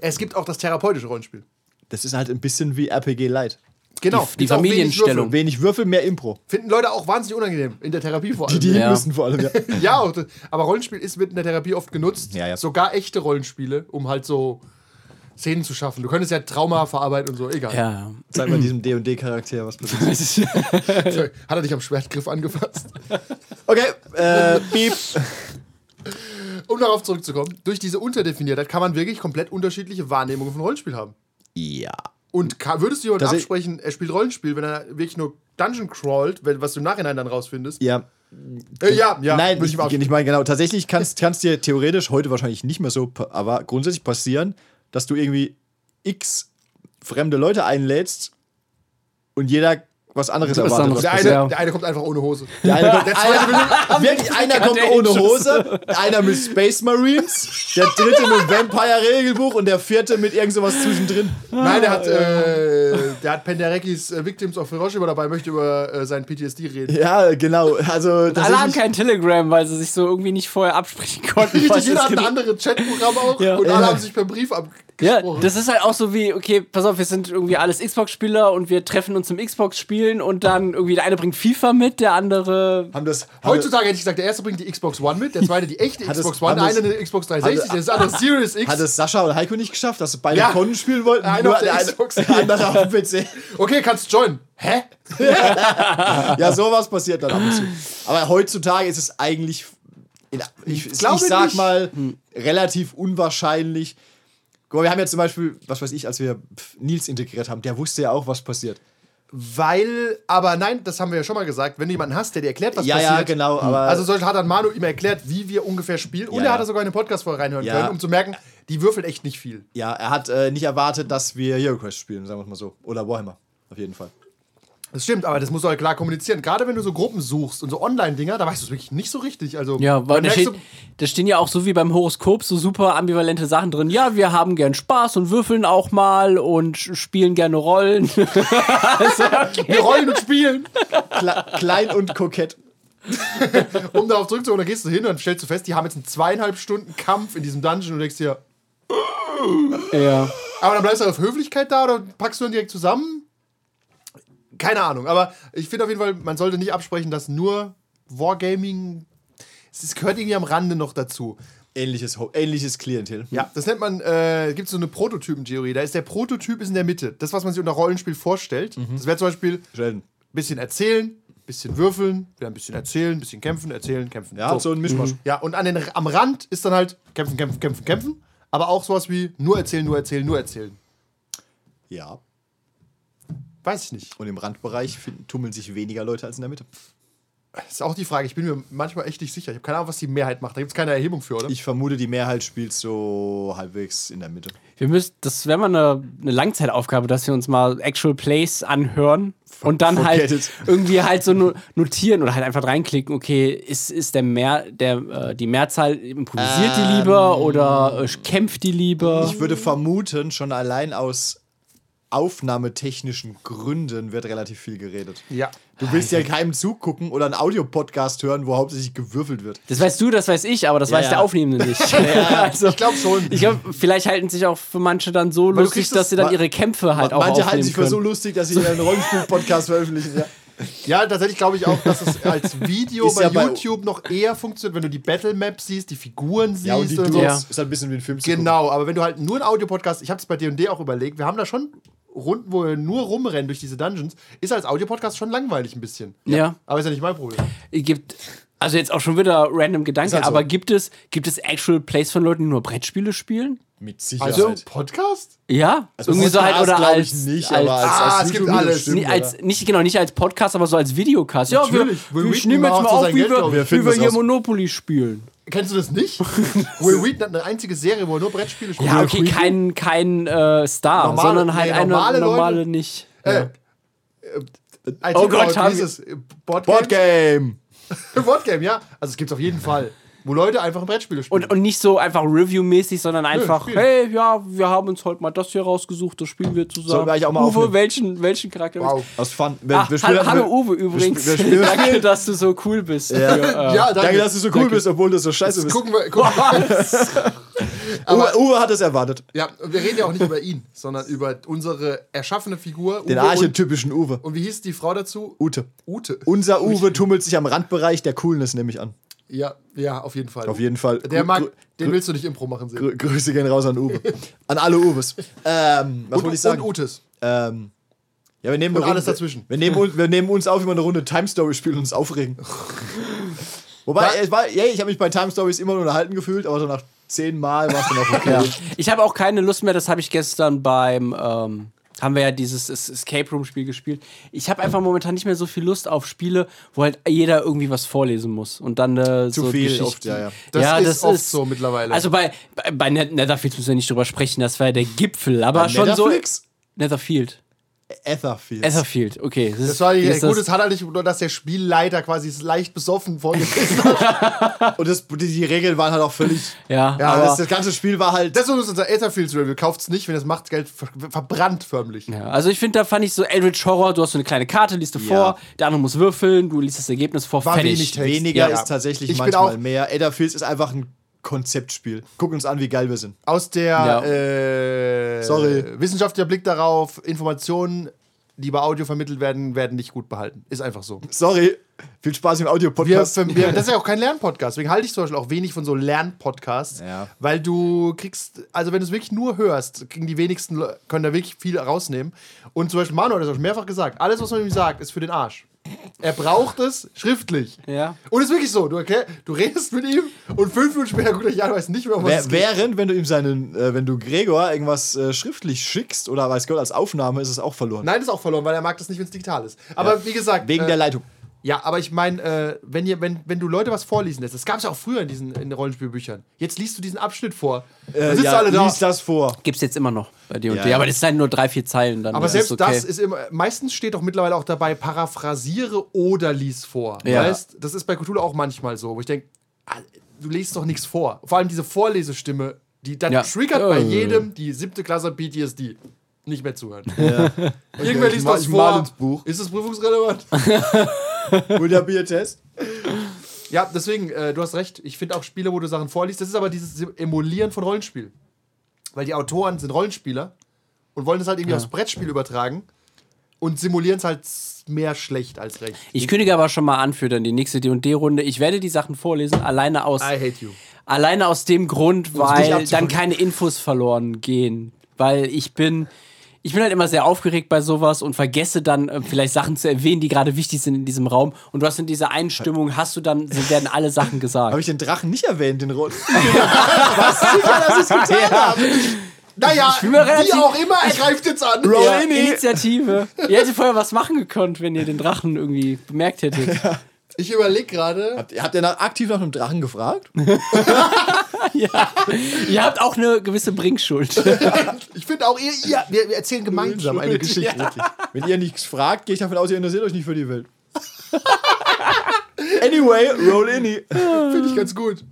S4: Es gibt auch das therapeutische Rollenspiel.
S5: Das ist halt ein bisschen wie RPG Light.
S4: Genau.
S3: Die- die
S4: gibt's auch wenig
S3: Familienstellung.
S4: Würfel.
S5: Wenig Würfel, mehr Impro.
S4: Finden Leute auch wahnsinnig unangenehm, in der Therapie vor allem.
S5: Die
S3: Ja.
S5: hin müssen vor allem, ja.
S4: ja, auch das- aber Rollenspiel ist mit in der Therapie oft genutzt.
S5: Ja, ja.
S4: Sogar echte Rollenspiele, um halt so Szenen zu schaffen. Du könntest ja Trauma verarbeiten und so, egal.
S3: Ja.
S5: Zeig mal diesem D&D-Charakter, was passiert.
S4: Hat er dich am Schwertgriff angefasst?
S5: Okay, äh, piep.
S4: Um darauf zurückzukommen, durch diese Unterdefiniertheit kann man wirklich komplett unterschiedliche Wahrnehmungen von Rollenspiel haben.
S5: Ja.
S4: Und ka- würdest du jemandem
S5: Das ist-
S4: absprechen, er spielt Rollenspiel, wenn er wirklich nur Dungeon crawlt, wenn, was du im Nachhinein dann rausfindest?
S5: Ja.
S4: Äh, ja, ja,
S5: Nein,
S4: würde
S5: ich,
S4: ich mal
S5: ich,
S4: absprechen.
S5: meine, genau, tatsächlich kannst es dir theoretisch, heute wahrscheinlich nicht mehr so, pa- aber grundsätzlich passieren, dass du irgendwie x fremde Leute einlädst und jeder was anderes
S3: Was
S5: erwartet.
S3: anderes.
S4: Der
S3: Das-
S4: eine,
S3: ja.
S4: der eine kommt einfach ohne Hose.
S5: Der eine kommt,
S4: Der zweite will nur,
S5: wirklich, einer kommt
S3: der
S5: ohne
S3: Hinschüsse.
S5: Hose, einer mit Space Marines, der dritte mit Vampire-Regelbuch und der vierte mit irgend sowas zwischendrin.
S4: Nein, der hat, äh, der hat Penderekis äh, Victims of Hiroshima dabei, möchte über äh, sein PTSD reden.
S5: Ja, genau. Also,
S3: Alle haben
S5: tatsächlich-
S3: kein Telegram, weil sie sich so irgendwie nicht vorher absprechen konnten. was
S4: Richtig,
S3: es
S4: jeder hat ein
S3: genau-
S4: anderes Chatprogramm auch
S3: Ja.
S4: und alle
S5: Ja.
S4: haben sich per Brief
S3: Ja,
S4: abgesprochen.
S3: das ist halt auch so wie, okay, pass auf, wir sind irgendwie alles Xbox-Spieler und wir treffen uns zum Xbox-Spielen und dann irgendwie der eine bringt FIFA mit, der andere.
S5: haben das
S4: Heutzutage hätte ich gesagt, der erste bringt die Xbox One mit, der zweite die echte
S5: Hat es-
S4: Xbox One,
S5: haben es-
S4: eine eine Xbox 360, das andere Series X.
S5: Hat es Sascha und Heiko nicht geschafft, dass sie beide
S4: Ja.
S5: Konten spielen wollten?
S4: Einer
S5: Nur
S4: auf der
S5: eine-
S4: Xbox.
S5: der andere auf dem PC.
S4: Okay, kannst joinen. Hä?
S5: Ja, sowas passiert dann ab und zu. Aber heutzutage ist es eigentlich, in, ich, ich,
S4: glaube
S5: sag
S4: nicht. Hm.
S5: mal, relativ unwahrscheinlich. Guck mal, wir haben ja zum Beispiel, was weiß ich, als wir pf, Nils integriert haben, der wusste ja auch, was passiert.
S4: Weil, aber nein, das haben wir ja schon mal gesagt, wenn du jemanden hast, der dir erklärt, was
S5: Ja, ja,
S4: passiert.
S5: genau, aber-
S4: Also zum Beispiel hat dann Manu ihm erklärt, wie wir ungefähr spielen. Und
S5: Ja,
S4: er
S5: ja.
S4: hat er sogar in den Podcast vorher reinhören
S5: Ja.
S4: können, um zu merken, die würfeln echt nicht viel.
S5: Ja, er hat äh, nicht erwartet, dass wir HeroQuest spielen, sagen wir es mal so. Oder Warhammer, auf jeden Fall.
S4: Das stimmt, aber das musst du halt klar kommunizieren. Gerade wenn du so Gruppen suchst und so Online-Dinger, da weißt du es wirklich nicht so richtig. Also,
S3: Ja, weil
S4: dann
S3: da,
S4: merkst
S3: steht,
S4: du-
S3: da stehen ja auch so wie beim Horoskop so super ambivalente Sachen drin. Ja, wir haben gern Spaß und würfeln auch mal und sch- spielen gerne Rollen. Also,
S4: wir rollen und spielen.
S5: Kle klein und kokett.
S4: Um darauf zurückzukommen, dann gehst du hin und stellst du fest, die haben jetzt einen zweieinhalb Stunden Kampf in diesem Dungeon und denkst dir,
S3: ja.
S4: Aber dann bleibst du auf Höflichkeit da oder packst du ihn direkt zusammen? Keine Ahnung, aber ich finde auf jeden Fall, man sollte nicht absprechen, dass nur Wargaming. Es ist- gehört irgendwie am Rande noch dazu.
S5: Ähnliches, Ho- ähnliches Klientel.
S4: Ja, das nennt man, äh, gibt so eine Prototypentheorie. Da ist der Prototyp ist in der Mitte. Das, was man sich unter Rollenspiel vorstellt.
S5: Mhm.
S4: Das wäre zum Beispiel
S5: Sheldon.
S4: bisschen erzählen, bisschen würfeln, wieder ein bisschen erzählen, bisschen kämpfen, erzählen, kämpfen.
S5: Ja, so ein Mischmasch.
S4: Ja, und an den, am Rand ist dann halt kämpfen, kämpfen, kämpfen, kämpfen. Aber auch sowas wie nur erzählen, nur erzählen, nur erzählen.
S5: Ja.
S4: Weiß ich nicht.
S5: Und im Randbereich finden, tummeln sich weniger Leute als in der Mitte.
S4: Das ist auch die Frage. Ich bin mir manchmal echt nicht sicher. Ich habe keine Ahnung, was die Mehrheit macht. Da gibt es keine Erhebung für, oder?
S5: Ich vermute, die Mehrheit spielt so halbwegs in der Mitte.
S3: Wir müssen, das wäre mal eine, eine Langzeitaufgabe, dass wir uns mal Actual Plays anhören und dann halt
S5: forget it.
S3: irgendwie halt so no- notieren oder halt einfach reinklicken, okay, ist, ist der mehr, der, äh, die Mehrzahl improvisiert die
S5: Ähm.
S3: lieber oder äh, kämpft die lieber?
S5: Ich würde vermuten, schon allein aus aufnahmetechnischen Gründen wird relativ viel geredet.
S4: Ja.
S5: Du willst ja keinem zugucken oder einen Audiopodcast hören, wo hauptsächlich gewürfelt wird.
S3: Das weißt du, das weiß ich, aber das weiß
S5: ja.
S3: der Aufnehmende nicht. also,
S4: Ich glaube schon.
S3: ich glaube, vielleicht halten sich auch für manche dann so
S5: du
S3: lustig,
S5: kriegst das-
S3: dass sie dann
S5: ma-
S3: ihre Kämpfe halt auch
S5: Manche
S3: aufnehmen
S5: halten sich für
S3: können.
S5: so lustig, dass sie einen Rollenspiel-Podcast veröffentlichen. Ja.
S4: Ja, tatsächlich glaube ich auch, dass es als Video
S5: Ist
S4: bei,
S5: ja bei-
S4: YouTube noch eher funktioniert, wenn du die Battle Map siehst, die Figuren siehst
S5: Ja, und die
S4: und
S5: Dudes
S4: so.
S3: Ja.
S5: ist halt ein bisschen wie ein Film. zu gucken.
S4: Genau, aber wenn du halt nur einen Audiopodcast, ich habe es bei D&D auch überlegt, wir haben da schon Runden, wo wir nur rumrennen durch diese Dungeons, ist als Audiopodcast schon langweilig ein bisschen.
S3: Ja.
S4: Aber ist ja nicht mein Problem.
S3: gibt also jetzt auch schon wieder random Gedanke,
S5: halt so.
S3: aber gibt es gibt es actual Plays von Leuten, die nur Brettspiele spielen?
S5: Mit Sicherheit.
S4: Also, Podcast?
S3: Ja, irgendwie so halt oder
S5: glaube
S3: als
S5: Also ich nicht,
S3: als,
S5: aber als,
S4: Ah,
S5: als
S4: es gibt
S5: YouTube-
S4: alles.
S5: Stimmt,
S3: Nee, als, nicht genau, nicht als Podcast, aber so als Videocast. Ja, wir,
S4: Natürlich. Will
S3: wir
S4: Wheaton
S3: nehmen jetzt
S4: macht
S3: mal
S4: so
S3: auf,
S4: sein
S3: wie
S4: Geld
S3: wir,
S4: drauf. Wir
S3: wir,
S5: finden
S3: wie wir
S5: das
S3: hier
S5: raus.
S3: Monopoly spielen.
S4: Kennst du das nicht? Will Wheaton hat eine einzige Serie, wo er nur Brettspiele spielt.
S3: Ja, okay, kein, kein äh, Star,
S4: Normale-
S3: sondern halt
S4: nee,
S3: eine
S4: normale
S3: normale,
S4: Leute.
S3: nicht.
S4: Äh, äh,
S3: Oh Gott, haben
S4: dieses
S5: Board
S4: Äh, Boardgame.
S5: Game.
S4: Boardgame, ja. Also es gibt's auf jeden Fall, wo Leute einfach ein Brettspiel spielen.
S3: Und, und nicht so einfach Review-mäßig, sondern einfach,
S4: Spiel.
S3: hey, ja, wir haben uns heute mal das hier rausgesucht, das spielen wir zusammen.
S5: Sollen wir eigentlich auch mal
S3: Uwe,
S5: aufnehmen?
S3: welchen, welchen Charakter?
S4: Wow.
S5: Aus Fun. Wir,
S3: Ach,
S5: wir spielen-
S3: Ah, hallo, hallo
S5: wir-
S3: Uwe übrigens.
S5: wir spielen-
S3: Danke, dass du so cool bist. äh, Ja.
S4: ja, danke,
S5: Danke, dass du so cool bist, obwohl du so scheiße bist.
S4: Gucken wir, gucken,
S5: Uwe, Uwe hat es erwartet.
S4: ja, und wir reden ja auch nicht über ihn, sondern über unsere erschaffene Figur.
S5: Den
S4: Uwe und,
S5: archetypischen Uwe.
S4: und wie hieß die Frau dazu?
S5: Ute.
S4: Ute.
S5: Unser Uwe tummelt sich am Randbereich der Coolness, nehme ich an.
S4: Ja, ja, auf jeden Fall.
S5: Auf jeden Fall.
S4: Der
S5: Gru-
S4: mag,
S5: Gru-
S4: den willst du nicht Impro machen sehen.
S5: Grü Grüße gehen raus an Uwe. An alle Uwes. Ähm, was
S4: Und,
S5: wollte ich sagen?
S4: und Utes.
S5: Ähm, ja, wir nehmen
S4: Und
S5: eine
S4: alles
S5: Runde-
S4: dazwischen.
S5: Wir nehmen, uns, wir nehmen uns auf, wie wir eine Runde Time Story spielen und uns aufregen. Wobei,
S4: Da-
S5: es war, yeah, ich habe mich bei Time Stories immer nur unterhalten gefühlt, aber so nach zehn Mal war es dann auch okay.
S3: Ich habe auch keine Lust mehr, das habe ich gestern beim, ähm, haben wir ja dieses Es- Escape Room Spiel gespielt. Ich habe einfach momentan nicht mehr so viel Lust auf Spiele, wo halt jeder irgendwie was vorlesen muss und dann äh, so
S5: viel
S3: Geschichten.
S5: oft, ja, ja.
S4: Das ist oft so mittlerweile.
S3: Also bei, bei, bei Net- Netherfield müssen wir nicht drüber sprechen, das war ja der Gipfel, aber schon
S5: Netherflix?
S3: so. Netherfield.
S5: Etherfield.
S3: Etherfield, okay. Das,
S4: Das war die,
S3: ist
S4: gut, es hat halt nicht, nur dass der Spielleiter quasi es leicht besoffen vorgelesen hat.
S5: Und das, die, die Regeln waren halt auch völlig.
S3: Ja,
S5: ja
S3: aber-
S5: das, das ganze Spiel war halt.
S4: Das ist unser Etherfields Review. Kauft's nicht, wenn ihr es macht, Geld ver verbrannt förmlich.
S3: Ja, also ich finde, da fand ich so Eldritch Horror, du hast so eine kleine Karte, liest du vor, der andere muss würfeln, du liest das Ergebnis vor,
S4: War
S3: fertig.
S4: wenig Text.
S5: weniger
S4: Ja.
S5: ist tatsächlich
S4: Ich bin
S5: manchmal
S4: auch-
S5: mehr. Etherfields ist einfach ein Konzeptspiel. Guck uns an, wie geil wir sind.
S4: Aus der
S3: Ja.
S5: äh,
S4: äh,
S5: Sorry.
S4: wissenschaftlicher Blick darauf, Informationen, die bei Audio vermittelt werden, werden nicht gut behalten. Ist einfach so.
S5: Sorry. Viel Spaß im
S4: Wir,
S5: Audio-Podcast.
S4: für, wir, das ist ja auch kein Lernpodcast. Deswegen halte ich zum Beispiel auch wenig von so Lernpodcasts,
S5: Ja.
S4: weil du kriegst, also wenn du es wirklich nur hörst, kriegen die wenigsten Le- können da wirklich viel rausnehmen. Und zum Beispiel Manuel hat das auch mehrfach gesagt: Alles, was man ihm sagt, ist für den Arsch. Er braucht es schriftlich.
S3: Ja.
S4: Und es ist wirklich so. Du, erklär, du redest mit ihm und fünf Minuten später guckt er dich an, weiß nicht mehr, um was es
S5: Wär,
S4: geht.
S5: während, wenn du ihm seinen, äh, wenn du Gregor irgendwas äh, schriftlich schickst oder weiß Gott als Aufnahme, ist es auch verloren.
S4: Nein, ist auch verloren, weil er mag das nicht, wenn es digital ist. Aber wie gesagt.
S5: Wegen
S4: äh,
S5: der Leitung.
S4: Ja, aber ich meine, äh, wenn, ihr- wenn, wenn du Leute was vorlesen lässt, das gab es ja auch früher in diesen in Rollenspielbüchern. Jetzt liest du diesen Abschnitt vor. Dann
S5: Äh,
S4: sitzt
S5: ja,
S4: alle da.
S5: Lies das vor.
S3: Gibt's jetzt immer noch bei dir und
S5: Ja,
S3: dir.
S5: ja.
S3: Aber das sind halt nur drei, vier Zeilen dann.
S4: aber
S3: ja,
S4: selbst
S3: ist okay.
S4: das ist immer, meistens steht doch mittlerweile auch dabei, paraphrasiere oder lies vor.
S3: Ja.
S4: Weißt, das ist bei Cthulhu auch manchmal so, wo ich denke, du liest doch nichts vor. Vor allem diese Vorlesestimme, die dann
S3: Ja.
S4: triggert bei
S3: Äh.
S5: Oh.
S4: jedem die siebte Klasse PTSD. Nicht mehr zuhören. Irgendwer
S5: ich
S4: liest
S5: mal-
S4: das
S5: ich mal
S4: vor.
S5: ins Buch.
S4: Ist das prüfungsrelevant?
S5: Und der Biertest.
S4: Ja, deswegen, äh, du hast recht. Ich finde auch Spiele, wo du Sachen vorliest, das ist aber dieses Emulieren von Rollenspiel. Weil die Autoren sind Rollenspieler und wollen es halt irgendwie aufs Brettspiel übertragen und simulieren es halt s- mehr schlecht als recht.
S3: ich kündige aber schon mal an für dann die nächste D&D-Runde. Ich werde die Sachen vorlesen, alleine aus,
S4: I hate you.
S3: alleine aus dem Grund, weil
S5: abzuholen.
S3: dann keine Infos verloren gehen. Weil ich bin, ich bin halt immer sehr aufgeregt bei sowas und vergesse dann äh, vielleicht Sachen zu erwähnen, die gerade wichtig sind in diesem Raum. Und du hast in dieser Einstimmung, hast du dann, werden alle Sachen gesagt.
S5: Habe ich den Drachen nicht erwähnt, den roten? Was sicher, dass ich getan habe.
S4: Naja,
S3: bin mir
S4: wie
S3: relativ-
S4: auch immer, er greift jetzt an.
S5: Roll
S3: Ja,
S5: in it.
S3: Initiative. Ihr hättet vorher was machen gekonnt, wenn ihr den Drachen irgendwie bemerkt hättet.
S4: Ich überlege gerade.
S5: Habt, habt ihr nach, aktiv nach einem Drachen gefragt?
S3: Ihr habt auch eine gewisse Bringschuld.
S4: Ich finde auch, ihr, ihr wir, wir erzählen gemeinsam eine Geschichte.
S5: Wenn ihr nichts fragt, gehe ich davon aus, ihr interessiert euch nicht für die Welt. anyway, roll in. it.
S4: Finde ich ganz gut.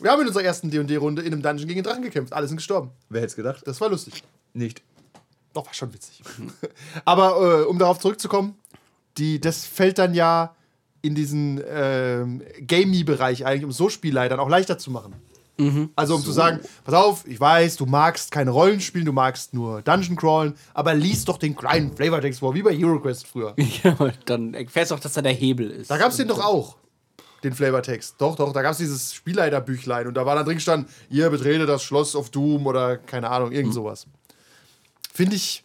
S4: Wir haben in unserer ersten D&D-Runde in einem Dungeon gegen einen Drachen gekämpft. Alle sind gestorben.
S5: Wer hätte es gedacht?
S4: Das war lustig.
S5: Nicht.
S4: Doch, war schon witzig. Aber äh, um darauf zurückzukommen, die, das fällt dann ja in diesen ähm, Gamey-Bereich eigentlich, um so Spielleitern auch leichter zu machen. Also um zu sagen, pass auf, ich weiß, du magst keine Rollenspiele, du magst nur Dungeon Crawlen, aber lies doch den kleinen Flavortext vor, wie bei HeroQuest früher.
S3: Ja, und dann erfährst du auch, dass da der Hebel ist.
S4: Da gab es den doch auch. Den Flavortext. Doch, doch, da gab es dieses Spielleiterbüchlein und da war dann drin gestanden, ihr betrete das Schloss of Doom oder keine Ahnung,
S5: Hm.
S4: irgend sowas. Finde ich,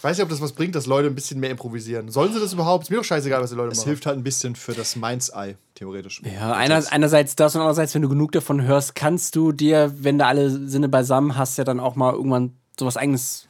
S4: weiß nicht, ob das was bringt, dass Leute ein bisschen mehr improvisieren. Sollen sie das überhaupt? Ist mir doch scheißegal, was die Leute
S5: Es
S4: machen.
S5: hilft halt ein bisschen für das Minds-Eye, theoretisch.
S3: Ja, einer, einerseits das und andererseits, wenn du genug davon hörst, kannst du dir, wenn du alle Sinne beisammen hast, ja dann auch mal irgendwann sowas eigenes.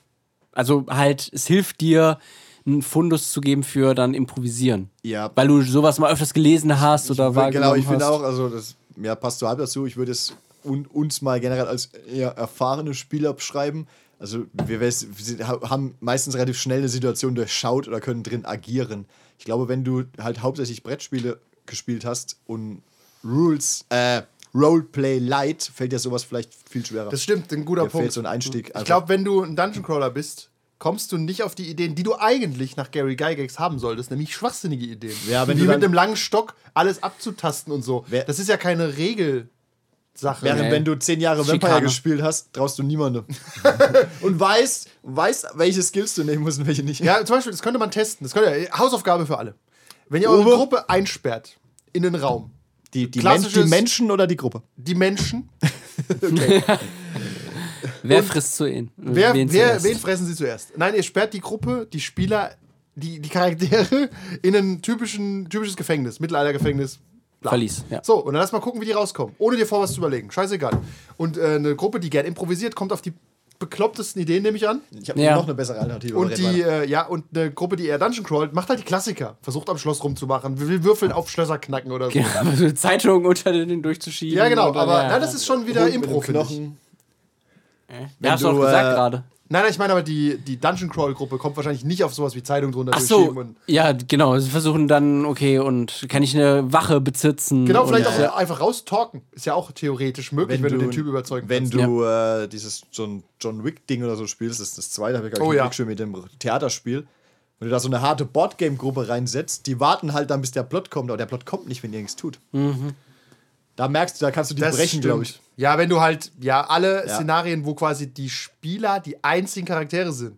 S3: Also halt, es hilft dir, einen Fundus zu geben für dann improvisieren.
S5: Ja.
S3: Weil du sowas mal öfters gelesen hast oder
S5: Weil,
S3: wahrgenommen
S5: genau, ich
S3: hast.
S5: finde auch, also das ja, passt so halb dazu. Ich würde es un, uns mal generell als eher erfahrene Spieler beschreiben. Also wir, weiß- wir sind- ha- haben meistens relativ schnell eine Situation durchschaut oder können drin agieren. Ich glaube, wenn du halt hauptsächlich Brettspiele gespielt hast und Rules, äh, Roleplay Light, fällt dir sowas vielleicht viel schwerer.
S4: Das stimmt, ein guter
S5: halt. Mir fehlt
S4: Punkt.
S5: so ein Einstieg.
S4: Ich glaube, wenn du ein Dungeon Crawler bist, kommst du nicht auf die Ideen, die du eigentlich nach Gary Gygax haben solltest, nämlich schwachsinnige Ideen.
S5: Ja, wenn
S4: Wie
S5: du
S4: mit
S5: dann-
S4: einem langen Stock alles abzutasten und so.
S5: Wer-
S4: das ist ja keine Regelsache.
S5: Während
S3: Nee.
S5: wenn du zehn Jahre Vampire
S3: Schikane.
S5: gespielt hast, traust du niemandem. und weißt, weißt, welche Skills du nehmen musst und welche nicht.
S4: Ja, zum Beispiel, das könnte man testen. Das könnte, ja- Hausaufgabe für alle. Wenn ihr eure
S5: Uwe?
S4: Gruppe einsperrt in den Raum,
S5: Die, die, Men
S4: Klassisches-
S5: die Menschen oder die Gruppe?
S4: die Menschen,
S3: Wer frisst zu ihn?
S4: wer,
S3: Wen
S4: wen,
S3: zuerst?
S4: wer, wen fressen sie zuerst? Nein, ihr sperrt die Gruppe, die Spieler, die, die Charaktere in ein typischen, typisches Gefängnis, Mittelaltergefängnis. bla.
S3: Verlies, ja.
S4: So, und dann lass mal gucken, wie die rauskommen. Ohne dir vor was zu überlegen. Scheißegal. Und äh, eine Gruppe, die gern improvisiert, kommt auf die beklopptesten Ideen, nehme ich an.
S5: Ich habe
S3: Ja.
S5: noch eine bessere Alternative. aber
S4: Und
S5: red
S4: die,
S5: weiter.
S4: äh, ja, und eine Gruppe, die eher Dungeon crawlt, macht halt die Klassiker. Versucht am Schloss rumzumachen, will würfeln auf Schlösser knacken oder so.
S3: Ja, so Zeitungen unter den durchzuschieben.
S4: Ja, genau,
S3: oder-
S4: aber
S3: ja,
S4: na, das ist schon wieder
S5: Hund mit
S4: Impro,
S5: dem
S4: finde ich.
S5: Knochen.
S3: Ja, hast du
S5: wenn
S3: auch
S5: du,
S3: gesagt
S5: äh,
S3: gerade.
S4: Nein, nein, ich meine aber, die, die Dungeon Crawl Gruppe kommt wahrscheinlich nicht auf sowas wie Zeitung drunter
S3: Ach
S4: durchschieben.
S3: so,
S4: Und,
S3: ja, genau. Sie versuchen dann, okay, und kann ich eine Wache besitzen?
S4: genau, vielleicht
S3: und,
S4: auch einfach raustalken. Ist ja auch theoretisch möglich, wenn, du den Typ überzeugen
S5: Wenn
S4: kannst.
S5: du äh, dieses John, John Wick-Ding oder so spielst, das ist das zweite, habe ich
S4: Oh,
S5: glaube ich
S4: ja.
S5: oh, schon mit dem Theaterspiel. Wenn du da so eine harte Boardgame-Gruppe reinsetzt, die warten halt dann, bis der Plot kommt, aber der Plot kommt nicht, wenn ihr nichts tut. Da merkst du, da kannst du die brechen,
S4: Mhm. stimmt.
S5: glaube ich.
S4: Ja, wenn du halt, ja, alle
S5: Ja.
S4: Szenarien, wo quasi die Spieler die einzigen Charaktere sind.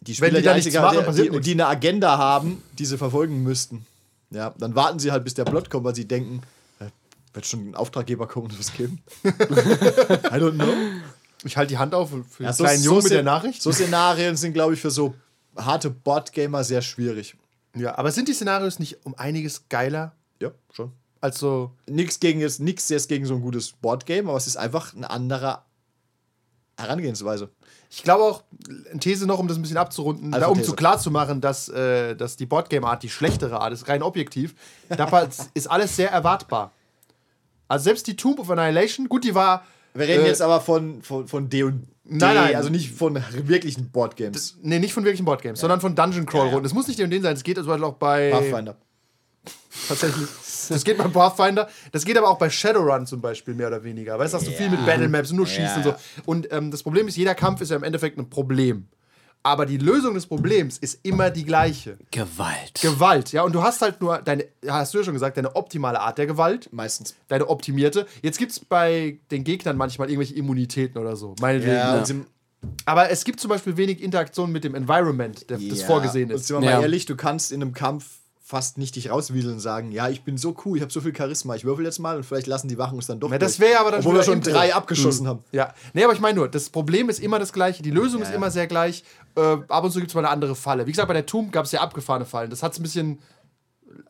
S5: die
S4: Wenn die da nichts
S5: einzigen,
S4: machen,
S5: die-
S4: passiert
S5: die,
S4: nichts.
S5: die eine Agenda haben, die sie verfolgen müssten. Ja, dann warten sie halt, bis der Plot kommt, weil sie denken, äh, wird schon ein Auftraggeber kommen und was geben. I don't know.
S4: Ich halte die Hand auf für den
S5: Ja, so-
S4: kleinen
S5: so
S4: Jungen mit der
S5: Szen-
S4: Nachricht.
S5: So Szenarien sind, glaube ich, für so harte Botgamer sehr schwierig.
S4: Ja, aber sind die Szenarios nicht um einiges geiler
S5: Ja, schon.
S4: als so.
S5: Nichts gegen jetzt, nichts jetzt gegen so ein gutes Boardgame, aber es ist einfach eine andere Herangehensweise.
S4: Ich glaube auch, eine These noch, um das ein bisschen abzurunden,
S5: Also
S4: da, um
S5: These.
S4: zu klar zu machen, dass, äh, dass die Boardgame-Art die schlechtere Art ist, rein objektiv. Da pass- ist alles sehr erwartbar. Also selbst die Tomb of Annihilation, gut, die war.
S5: Wir reden
S4: äh,
S5: jetzt aber von, von, von D und D,
S4: Nein, nein.
S5: also nicht von wirklichen Boardgames.
S4: Nee, nicht von wirklichen Boardgames, sondern von Dungeon Crawl-Runden. Es muss nicht den und den sein, es geht zum Beispiel auch bei.
S5: Pathfinder.
S4: Tatsächlich. Das geht bei Pathfinder. Das geht aber auch bei Shadowrun zum Beispiel mehr oder weniger. Weißt du, hast du viel mit Battlemaps und nur schießt
S5: Ja.
S4: und so. Und ähm, das Problem ist, jeder Kampf ist ja im Endeffekt ein Problem. Aber die Lösung des Problems ist immer die gleiche.
S3: Gewalt.
S4: Gewalt, ja, und du hast halt nur deine, hast du ja schon gesagt, deine optimale Art der Gewalt,
S5: Meistens.
S4: deine optimierte. Jetzt gibt es bei den Gegnern manchmal irgendwelche Immunitäten oder so, meinetwegen.
S5: Ja,
S4: Ja.
S5: und sind-
S4: Aber es gibt zum Beispiel wenig Interaktion mit dem Environment, der, das
S5: Ja,
S4: vorgesehen
S5: Und
S4: ist.
S5: sind wir mal
S3: Ja.
S5: ehrlich, du kannst in einem Kampf fast nicht dich rauswieseln und sagen, ja, ich bin so cool, ich habe so viel Charisma, ich würfel jetzt mal und vielleicht lassen die Wachen uns dann doch.
S4: Ja, das
S5: durch.
S4: wäre aber dann
S5: Obwohl
S4: schon
S5: wir schon
S4: wieder Impro.
S5: drei Mhm. abgeschossen haben.
S4: Ja, nee, aber ich meine nur, das Problem ist immer das gleiche, die Lösung ist
S5: ja.
S4: immer sehr gleich. Äh, ab und zu gibt es mal eine andere Falle. Wie gesagt, bei der Tomb gab es ja abgefahrene Fallen. Das hat es ein bisschen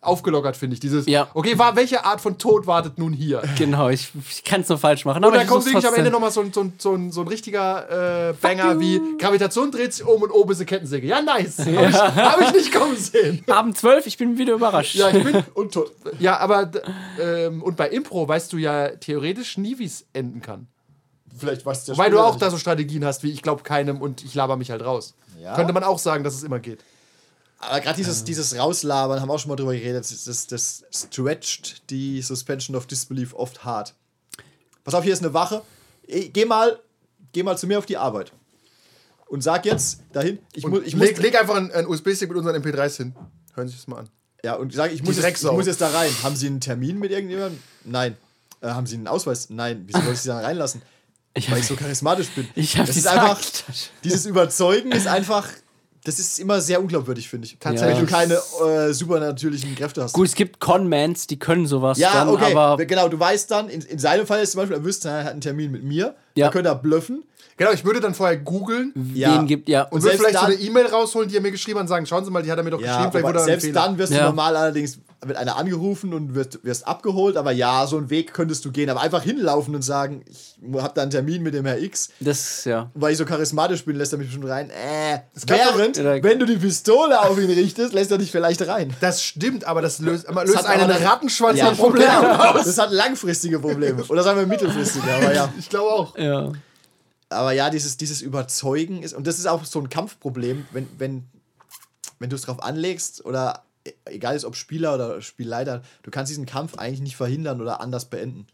S4: aufgelockert, finde ich. Dieses,
S3: Ja.
S4: okay, war, welche Art von Tod wartet nun hier?
S3: Genau, ich, ich kann es nur falsch machen. Aber
S4: Und dann
S3: ich
S4: kommt
S3: versuch's
S4: wirklich am Ende
S3: trotzdem.
S4: nochmal so ein, so, ein, so, ein, so ein richtiger äh, Banger wie Gravitation dreht sich um und oben ist eine Kettensäge. Ja, nice. Habe ich, hab ich nicht kommen sehen.
S3: Abend 12, ich bin wieder überrascht.
S4: Ja, ich bin,
S5: Und tot.
S4: ja aber d- ähm, und bei Impro weißt du ja theoretisch nie, wie es enden kann.
S5: Vielleicht weißt du ja
S4: Weil du
S5: Spieler
S4: auch
S5: nicht.
S4: da so Strategien hast, wie ich glaube keinem und ich laber mich halt raus.
S5: Ja.
S4: Könnte man auch sagen, dass es immer geht.
S5: Aber gerade dieses, dieses Rauslabern, haben wir auch schon mal drüber geredet, das, das, das stretcht die Suspension of Disbelief oft hart. Pass auf, hier ist eine Wache. Eh, Geh mal, geh mal zu mir auf die Arbeit. und sag jetzt dahin, ich,
S4: Und
S5: muss, ich muss
S4: leg, leg einfach einen, einen USB-Stick mit unseren MP3s hin. Hören Sie sich das mal an.
S5: Ja, und ich sage, ich muss, jetzt, ich
S4: Drecksau.
S5: muss jetzt da rein. Haben Sie einen Termin mit irgendjemandem? Nein. Äh, haben Sie einen Ausweis? Nein. Wieso wollte ich Sie da reinlassen?
S3: Ich
S5: Weil
S3: hab-
S5: ich so charismatisch bin.
S3: Ich hab
S5: das ist
S3: gesagt.
S5: einfach, Dieses Überzeugen ist einfach. Das ist immer sehr unglaubwürdig, finde ich.
S4: Tatsächlich.
S5: Wenn du keine äh, supernatürlichen Kräfte hast.
S3: Gut, es gibt Conmans, die können sowas
S5: Ja,
S3: dann,
S5: okay.
S3: aber
S5: genau, du weißt dann, in, in seinem Fall ist zum Beispiel, er wüsste, er hat einen Termin mit mir.
S3: Ja.
S5: Dann könnte er bluffen.
S4: Genau, ich würde dann vorher googeln
S5: Ja.
S3: den gibt ja.
S4: und würde
S5: selbst
S4: vielleicht so
S5: dann-
S4: eine E-Mail rausholen, die er mir geschrieben hat und sagen, schauen Sie mal, die hat er mir doch
S5: Ja,
S4: geschrieben, vielleicht wurde
S5: aber
S4: da ein
S5: selbst
S4: Fehler.
S5: dann wirst du
S3: Ja.
S5: normal allerdings wird einer angerufen und wirst, wirst abgeholt, aber ja, so einen Weg könntest du gehen, aber einfach hinlaufen und sagen, ich hab da einen Termin mit dem Herr X,
S3: das ja.
S5: weil ich so charismatisch bin, lässt er mich bestimmt rein. Äh,
S4: klappt
S5: während,
S3: doch-
S5: wenn du die Pistole auf ihn richtest, lässt er dich vielleicht rein.
S4: Das stimmt, aber das löst, aber
S5: Das
S4: löst
S5: hat
S4: einen
S5: aber eine-
S4: Rattenschwanz
S5: Ja.
S4: an Problemen aus.
S5: Das hat langfristige Probleme. Oder sagen wir mittelfristige, aber ja.
S4: Ich glaube auch.
S3: ja.
S5: Aber ja, dieses, dieses Überzeugen ist, und das ist auch so ein Kampfproblem, wenn, wenn, wenn du es drauf anlegst oder e- egal ist, ob Spieler oder Spielleiter, du kannst diesen Kampf eigentlich nicht verhindern oder anders beenden.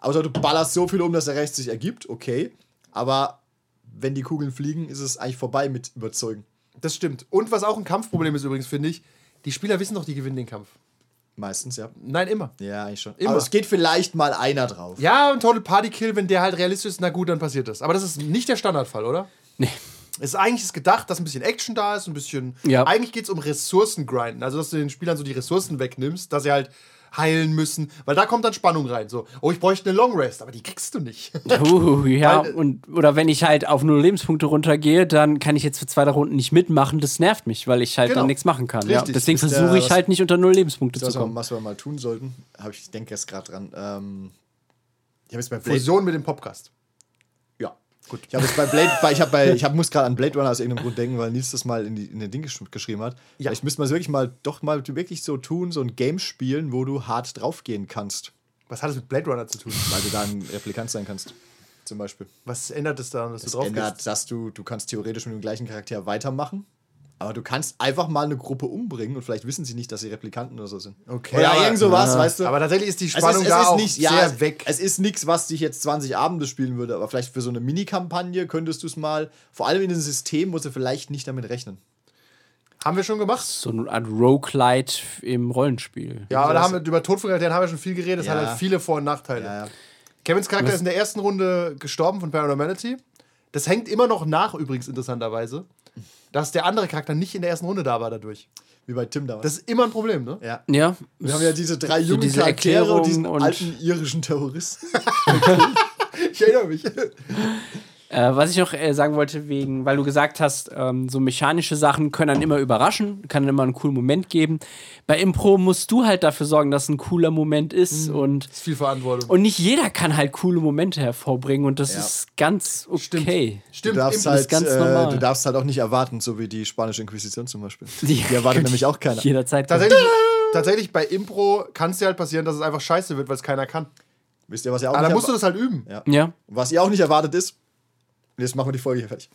S5: Außer du ballerst so viel um, dass der Rest sich ergibt, okay. Aber wenn die Kugeln fliegen, ist es eigentlich vorbei mit Überzeugen,
S4: Das stimmt. Und was auch ein Kampfproblem ist übrigens, finde ich, die Spieler wissen doch, die gewinnen den Kampf.
S5: meistens, ja.
S4: Nein, immer.
S5: Ja, eigentlich schon.
S4: Immer.
S5: Aber es geht vielleicht mal einer drauf.
S4: Ja, und Total Party Kill, wenn der halt realistisch ist, na gut, dann passiert das. Aber das ist nicht der Standardfall, oder?
S3: Nee.
S4: Es ist eigentlich ist gedacht, dass ein bisschen Action da ist, ein bisschen.
S3: Ja.
S4: Eigentlich geht es um Ressourcengrinden. Also, dass du den Spielern so die Ressourcen wegnimmst, dass sie halt heilen müssen. Weil da kommt dann Spannung rein. So, oh, ich bräuchte eine Long Rest, aber die kriegst du nicht.
S3: Uh, ja, und oder wenn ich halt auf null Lebenspunkte runtergehe, dann kann ich jetzt für zwei drei Runden nicht mitmachen. Das nervt mich, weil ich halt
S4: Genau.
S3: dann nichts machen kann. Ja.
S4: Richtig.
S3: Deswegen
S5: Ist, äh,
S3: versuche ich
S5: was-
S3: halt nicht unter null Lebenspunkte zu
S5: Was wir,
S3: kommen.
S5: was wir mal tun sollten, habe ich, ich denke jetzt gerade dran. Ähm, ich habe jetzt bei Blade
S4: Fusion mit dem Podcast.
S5: Ja. Gut. Ich habe jetzt bei Blade, bei, ich, hab bei, ich hab, muss gerade an Blade Runner aus irgendeinem Grund denken, weil Nils das mal in, die, in den Ding gesch geschrieben hat. Ja. Ich müsste mal wirklich mal doch mal wirklich so tun, so ein Game spielen, wo du hart draufgehen kannst,
S4: Was hat das mit Blade Runner zu tun?
S5: weil du da ein Replikant sein kannst. Zum Beispiel.
S4: Was ändert es daran, dass
S5: Das
S4: du drauf
S5: ändert,
S4: gehst?
S5: dass du, du kannst theoretisch mit dem gleichen Charakter weitermachen, aber du kannst einfach mal eine Gruppe umbringen und vielleicht wissen sie nicht, dass sie Replikanten oder so sind.
S4: Okay,
S5: Oder
S4: aber- Ah.
S5: irgend sowas, weißt du.
S4: Aber tatsächlich ist die
S5: Es ist,
S4: Spannung
S5: Also es
S4: da
S5: ist
S4: auch
S5: nicht,
S4: sehr
S5: ja, es-
S4: weg.
S5: Es ist nichts, was dich jetzt 20 Abende spielen würde, aber vielleicht für so eine Mini-Kampagne könntest du es mal, vor allem in einem System, wo sie vielleicht nicht damit rechnen.
S4: Haben wir schon gemacht?
S3: So eine Art Roguelite im Rollenspiel.
S4: Ja, aber da haben wir, über Tod von Charakteren haben wir schon viel geredet. Es
S5: Ja.
S4: hat halt viele Vor- und Nachteile.
S5: Ja, ja.
S4: Kevins Charakter ist in der ersten Runde gestorben von Paranormality. Das hängt immer noch nach, übrigens interessanterweise, dass der andere Charakter nicht in der ersten Runde da war dadurch.
S5: Wie bei Tim damals.
S4: Das ist immer ein Problem, ne?
S5: ja.
S3: Ja.
S5: Wir haben ja diese drei
S3: So
S5: jungen
S3: diese
S5: Charaktere und diesen
S3: Erklärung und-
S5: alten irischen Terroristen.
S4: Ich erinnere mich.
S3: Äh, was ich noch äh, sagen wollte, wegen, weil du gesagt hast, ähm, so mechanische Sachen können dann immer überraschen, kann immer einen coolen Moment geben. Bei Impro musst du halt dafür sorgen, dass ein cooler Moment ist und
S4: Das ist viel Verantwortung.
S3: und nicht jeder kann halt coole Momente hervorbringen und das
S5: Ja.
S3: ist ganz okay.
S5: Du
S4: Stimmt,
S5: darfst,
S4: im-
S5: halt,
S3: ganz
S5: äh,
S3: normal.
S5: du darfst halt auch nicht erwarten, so wie die spanische Inquisition zum Beispiel. Die erwartet nämlich auch keiner.
S3: Jederzeit.
S4: tatsächlich, tatsächlich bei Impro kann es dir halt passieren, dass es einfach scheiße wird, weil es keiner kann.
S5: Wisst ihr, was ihr auch
S4: Aber da
S5: nicht
S4: musst du
S5: erwa-
S4: das halt üben.
S5: Ja.
S3: Ja.
S5: Was ihr auch nicht erwartet ist, jetzt machen wir die Folge hier fertig.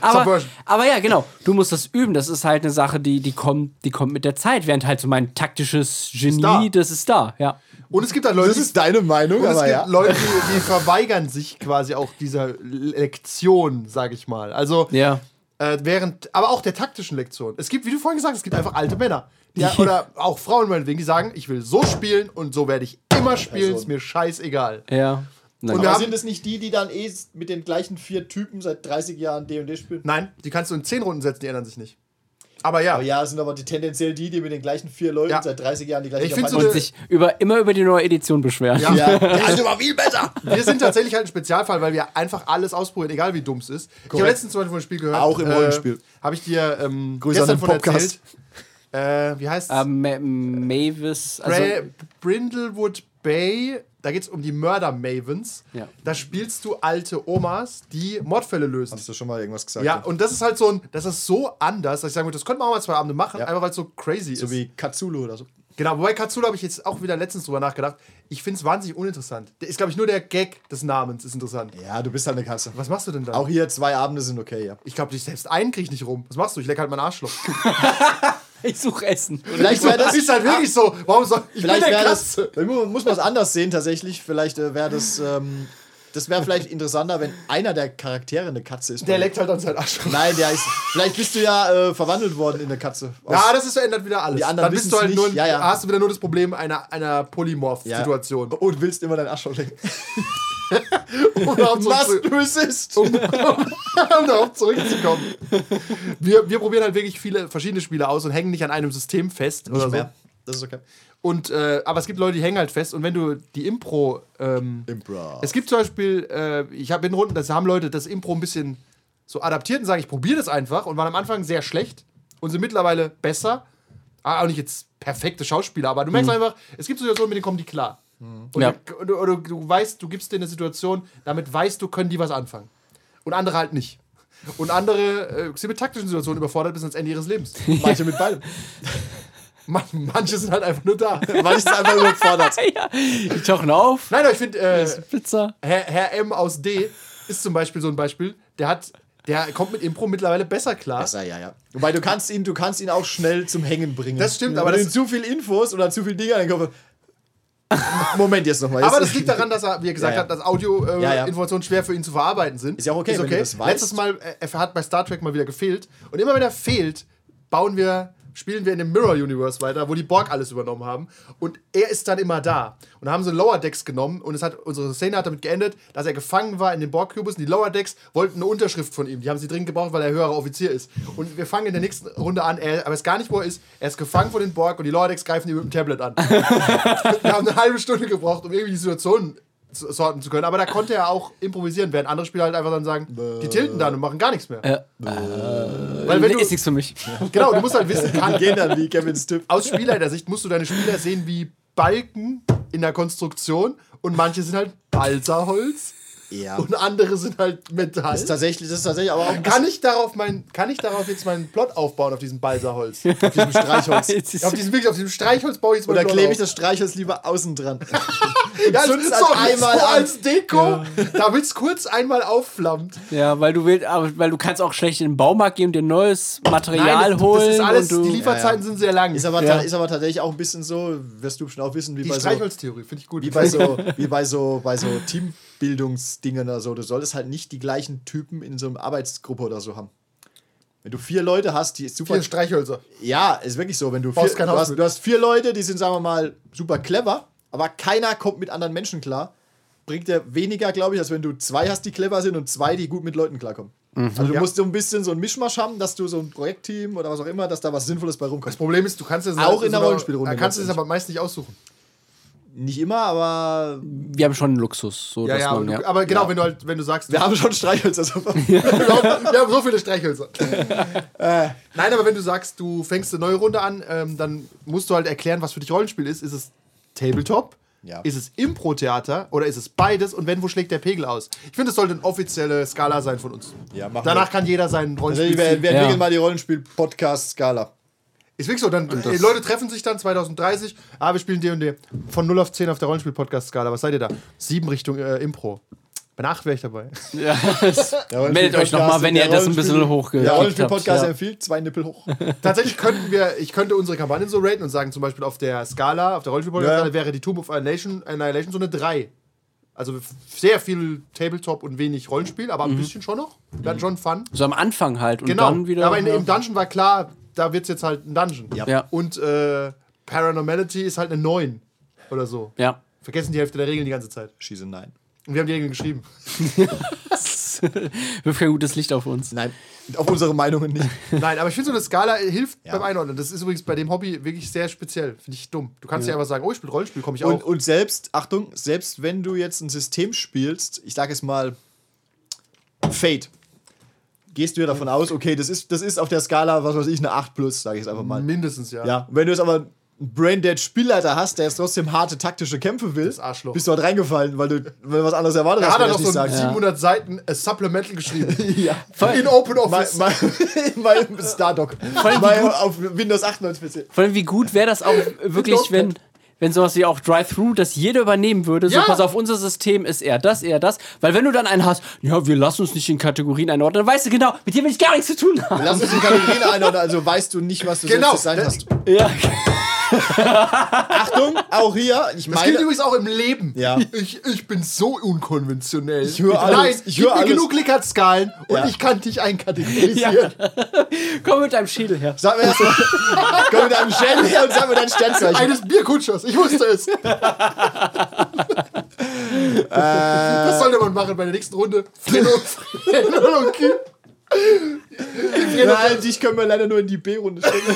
S3: Aber,
S4: Subversion.
S3: aber ja, genau. Du musst das üben. Das ist halt eine Sache, die, die, kommt, die kommt mit der Zeit. Während halt so mein taktisches Genie,
S4: da.
S3: das ist da. Ja.
S4: Und es gibt halt Leute,
S5: Das ist deine Meinung,
S4: und es
S5: aber
S4: gibt
S5: ja.
S4: Leute die, die verweigern sich quasi auch dieser Lektion, sag ich mal. Also,
S3: Ja.
S4: Äh, während, aber auch der taktischen Lektion. Es gibt, wie du vorhin gesagt hast, es gibt einfach alte Männer. Die, Oder auch Frauen meinetwegen, die sagen, ich will so spielen und so werde ich immer
S5: Also
S4: spielen, ist mir scheißegal.
S3: Ja. Nein.
S4: Und
S5: Aber
S4: wir haben-
S5: sind es nicht die, die dann eh mit den gleichen vier Typen seit 30 Jahren D&D spielen?
S4: Nein, die kannst du in 10 Runden setzen, die ändern sich nicht. Aber ja,
S5: Aber ja, es sind aber die, tendenziell die, die mit den gleichen vier Leuten
S4: Ja.
S5: seit 30 Jahren die gleichen
S4: Ich find's
S5: Kampagne
S3: und sich über, immer über die neue Edition beschweren.
S4: Ja.
S5: spielen. Ja, der alte war viel besser.
S4: wir sind tatsächlich halt ein Spezialfall, weil wir einfach alles ausprobieren, egal wie dumm es ist. Ich habe
S5: Korrekt.
S4: letztens zum Beispiel von einem Spiel gehört.
S5: Auch im Rollenspiel.
S4: Äh, habe ich dir ähm,
S5: Grüße
S4: gestern
S5: an den
S4: von erzählt.
S5: Podcast. Ähm,
S4: Äh, wie heißt es?
S3: Äh, Ma Mavis, also
S4: Bra- Brindlewood Bay, da geht es um die Murder Mavens.
S3: Ja.
S4: Da spielst du alte Omas, die Mordfälle lösen.
S5: Hast du schon mal irgendwas gesagt?
S4: Ja, und das ist halt so ein, das ist so anders, dass ich sagen würde, das könnten wir auch mal zwei Abende machen,
S5: Ja.
S4: einfach weil es so crazy
S5: so
S4: ist.
S5: wie Katsulu oder so.
S4: genau, wobei Katsula habe ich jetzt auch wieder letztens drüber nachgedacht. Ich finde es wahnsinnig uninteressant. Der ist, glaube ich, nur der Gag des Namens ist interessant.
S5: Ja, du bist halt eine Kasse.
S4: Was machst du denn dann?
S5: Auch hier zwei Abende sind okay, ja.
S4: ich glaube, dich selbst einen krieg ich nicht rum. Was machst du? Ich leck halt mein Arschloch.
S3: ich suche Essen.
S5: Vielleicht wäre das,
S4: Das ist halt wirklich so. Warum soll ich bin
S5: vielleicht
S4: der
S5: wäre das,
S4: Klasse.
S5: muss man es anders sehen tatsächlich. Vielleicht äh, wäre das ähm, das wäre vielleicht interessanter, wenn einer der Charaktere eine Katze ist.
S4: Der leckt halt an sein Asche.
S5: Nein, der ist. Vielleicht bist du ja äh, verwandelt worden in eine Katze. Aus-
S4: Ja, das ist, ändert wieder alles.
S5: Die anderen
S4: Dann bist du
S5: wissen's
S4: halt
S5: nicht.
S4: nur,
S5: Ja, ja.
S4: hast du wieder nur das Problem einer, einer
S5: Ja.
S4: Polymorph-Situation.
S5: Und willst immer deinen Asche lecken.
S4: Oder auch so-
S5: resist.
S4: um darauf zurückzukommen. Wir, wir probieren halt wirklich viele verschiedene Spiele aus und hängen nicht an einem System fest oder so.
S5: Mehr. Das ist okay.
S4: Und, äh, aber es gibt Leute, die hängen halt fest. Und wenn du die Impro. Ähm,
S5: Impro.
S4: Es gibt zum Beispiel, äh, ich habe in Runden, das haben Leute das Impro ein bisschen so adaptiert und sagen, ich probiere das einfach und waren am Anfang sehr schlecht und sind mittlerweile besser. Ah, auch nicht jetzt perfekte Schauspieler, aber du
S5: Mhm.
S4: merkst einfach, es gibt Situationen, mit denen kommen die klar. Und,
S3: Ja.
S4: du, und, du- und du, du weißt, du gibst denen eine Situation, damit weißt du, können die was anfangen. Und andere halt nicht. Und andere äh, sind mit taktischen Situationen überfordert bis ans Ende ihres Lebens.
S5: Manche mit beidem.
S4: Man, manche sind halt einfach nur da.
S5: Manche sind einfach überfordert.
S3: ja. Die tauchen auf.
S4: Nein, aber ich finde, äh,
S3: Pizza.
S4: Herr, Herr M aus D ist zum Beispiel so ein Beispiel, der hat, der kommt mit Impro mittlerweile besser klar.
S5: Ja, ja, ja. Wobei du kannst ihn, du kannst ihn auch schnell zum Hängen bringen.
S4: Das stimmt,
S5: Wenn
S4: aber
S5: du
S4: das-
S5: ihm zu viel Infos oder zu viel Dinge in den Kopf. Moment jetzt nochmal.
S4: Aber das liegt daran, dass er, wie er gesagt
S5: Ja, ja.
S4: hat, dass Audio-Informationen äh,
S5: Ja, ja,
S4: Informationen schwer für ihn zu verarbeiten sind.
S5: Ist ja auch okay, wenn du das weißt.
S4: Letztes Mal, äh, er hat bei Star Trek mal wieder gefehlt. Und immer wenn er fehlt, bauen wir, spielen wir in dem Mirror-Universe weiter, wo die Borg alles übernommen haben. Und er ist dann immer da. Und da haben sie Lower Decks genommen und es hat, unsere Szene hat damit geendet, dass er gefangen war in den Borg-Kubus. Und die Lower Decks wollten eine Unterschrift von ihm. Die haben sie dringend gebraucht, weil er höherer Offizier ist. Und wir fangen in der nächsten Runde an. Er aber es ist gar nicht, wo er ist. Er ist gefangen von den Borg und die Lower Decks greifen ihn mit dem Tablet an. Wir haben eine halbe Stunde gebraucht, um irgendwie die Situation zu- sorten zu können. Aber da konnte er auch improvisieren, während andere Spieler halt einfach dann sagen, die tilten dann und machen gar nichts mehr. Äh. Weil wenn
S3: ist
S4: du,
S3: nichts für mich.
S4: genau, du musst halt wissen, kann,
S5: Gehen dann wie Kevin Stipp.
S4: aus Spielersicht musst du deine Spieler sehen wie Balken in der Konstruktion und manche sind halt Balsaholz
S5: Ja.
S4: und andere sind halt Metall.
S5: Das ist tatsächlich, das ist tatsächlich aber auch ein
S4: kann ich, darauf mein, kann ich darauf jetzt meinen Plot aufbauen auf diesem Balsaholz? auf
S5: bisschen Streichholz.
S3: Jetzt ist-
S4: diesem, wirklich, auf diesem Streichholz baue ich jetzt meinen
S5: Oder
S4: Plot
S5: klebe
S4: auf.
S5: ich das Streichholz lieber außen dran?
S4: Ja, so,
S5: zünd's halt einmal
S4: so
S5: an.
S4: als Deko, damit es kurz einmal aufflammt.
S3: Ja, weil du willst, aber weil du kannst auch schlecht in den Baumarkt gehen und dir neues Material
S4: Nein, das,
S3: holen.
S4: das ist alles,
S3: und du,
S4: die Lieferzeiten sind sehr lang.
S5: Ist aber,
S3: Ja.
S5: ta- ist aber tatsächlich auch ein bisschen so, wirst du bestimmt auch wissen, wie
S4: die
S5: bei so
S4: Streichholztheorie finde ich gut.
S5: wie bei so, wie bei so, bei so Teambildungsdingen oder so. Du solltest halt nicht die gleichen Typen in so einer Arbeitsgruppe oder so haben. Wenn du vier Leute hast, die super.
S4: Vier Streichhölzer.
S5: ja, ist wirklich so. Wenn du, vier,
S4: Baust kein
S5: du,
S4: Haus
S5: hast,
S4: mit.
S5: du hast vier Leute, die sind, sagen wir mal, super clever, aber keiner kommt mit anderen Menschen klar. Bringt dir weniger, glaube ich, als wenn du zwei hast, die clever sind und zwei, die gut mit Leuten klarkommen.
S3: Mhm.
S5: Also du
S4: Ja.
S5: musst so ein bisschen so ein Mischmasch haben, dass du so ein Projektteam oder was auch immer, dass da was Sinnvolles bei
S4: Das
S5: rumkommt.
S4: Problem ist, du kannst es halt
S5: Auch in der Rollenspielrunde
S4: Da kannst du es
S5: letztendlich.
S4: aber meist nicht aussuchen.
S5: Nicht immer, aber
S3: wir haben schon einen Luxus. So,
S4: Ja,
S3: dass
S4: ja, aber,
S3: man,
S4: du,
S3: ja.
S4: aber genau, wenn du halt, wenn du sagst,
S5: wir haben schon Streichhölzer. Also, so.
S4: wir haben, wir haben so viele Streichhölzer. Äh, Nein, aber wenn du sagst, du fängst eine neue Runde an, ähm, dann musst du halt erklären, was für dich Rollenspiel ist. Ist es Tabletop?
S5: Ja.
S4: Ist es Impro-Theater oder ist es beides? Und wenn, wo schlägt der Pegel aus? Ich finde, es sollte eine offizielle Skala sein von uns.
S5: Ja, machen
S4: Danach
S5: wir. Also
S4: kann jeder sein Rollenspiel.
S5: Wir, wir entwickeln
S3: Ja.
S5: mal die Rollenspiel-Podcast-Skala.
S4: Ist wirklich so, dann äh, Leute treffen sich dann 2030, ah, wir spielen D&D. Von 0 auf 10 auf der Rollenspiel-Podcast-Skala, was seid ihr da? Sieben Richtung äh, Impro. Bei 8 wäre ich dabei.
S3: Meldet euch nochmal, wenn ihr das ein bisschen hochgekickt
S5: Der Rollenspiel-Podcast
S3: habt, ja.
S5: empfiehlt zwei Nippel hoch.
S4: Tatsächlich könnten wir, ich könnte unsere Kampagnen so raten und sagen, zum Beispiel auf der Skala, auf der Rollenspiel-Podcast-Skala
S5: Ja.
S4: wäre die Tomb of Annihilation, Annihilation so eine 3. Also f- sehr viel Tabletop und wenig Rollenspiel, aber ein bisschen schon noch. Wir hatten schon Fun.
S3: so am Anfang halt und
S4: Genau,
S3: dann wieder.
S4: aber in,
S3: ja.
S4: im Dungeon war klar, da wird es jetzt halt ein Dungeon.
S3: Ja.
S4: Und äh, Paranormality ist halt eine 9 oder so.
S3: ja.
S4: Vergessen die Hälfte der Regeln die ganze Zeit.
S5: Schieße nein.
S4: Und wir haben die Regeln geschrieben.
S3: Wirft kein gutes Licht auf uns.
S5: Nein, auf unsere Meinungen nicht.
S4: Nein, aber ich finde, so eine Skala hilft
S5: Ja.
S4: beim Einordnen. Das ist übrigens bei dem Hobby wirklich sehr speziell. Finde ich dumm. Du kannst ja einfach sagen, oh, ich spiele Rollenspiel, komme ich
S5: Und,
S4: auch.
S5: und selbst, Achtung, selbst wenn du jetzt ein System spielst, ich sage es mal, Fate, gehst du ja davon aus, okay, das ist, das ist auf der Skala, was weiß ich, eine 8 plus, sage ich es einfach mal.
S4: Mindestens, ja.
S5: Ja, wenn du jetzt aber einen Braindead-Spielleiter hast, der jetzt trotzdem harte taktische Kämpfe will,
S4: Arschloch.
S5: bist du halt reingefallen, weil du weil du was anderes erwartet
S4: Da
S5: hast.
S4: hat er
S5: wenn
S4: noch
S5: er
S4: so
S5: es
S4: ein
S5: nicht sagt.
S4: 700 Seiten äh, Supplemental geschrieben.
S5: Ja.
S4: In Open Office.
S5: Mein, mein, mein Stardock. Mein, auf Windows 98 PC.
S3: Vor allem, wie gut wäre das auch wirklich, wenn, wenn sowas wie auch Drive-Thru, das jeder übernehmen würde.
S4: Ja.
S3: So, pass auf, unser System ist eher das, eher das. Weil wenn du dann einen hast, ja, wir lassen uns nicht in Kategorien einordnen, dann weißt du genau, mit dir will ich gar nichts zu tun haben.
S5: also Lass uns die Kategorien einordnen, also weißt du nicht, was du
S4: Genau.
S5: selbst sein hast.
S3: Ja,
S5: Achtung, auch hier, ich
S4: Das gilt
S5: meine,
S4: übrigens auch im Leben.
S5: Ja.
S4: Ich, ich bin so unkonventionell.
S5: Ich höre alles,
S4: Nein,
S5: ich
S4: gib
S5: höre
S4: mir
S5: alles.
S4: genug Likert-Skalen und
S5: Ja.
S4: ich kann dich einkategorisieren.
S3: Komm mit deinem Schädel her.
S5: sag mir erstmal, komm mit deinem Schädel her und sag mir dein Sternzeichen.
S4: Eines Bierkutschers, ich wusste es. das sollte man machen bei der nächsten Runde. Frenol- Phrenologie.
S5: Nein, also dich können wir leider nur in die B-Runde stecken.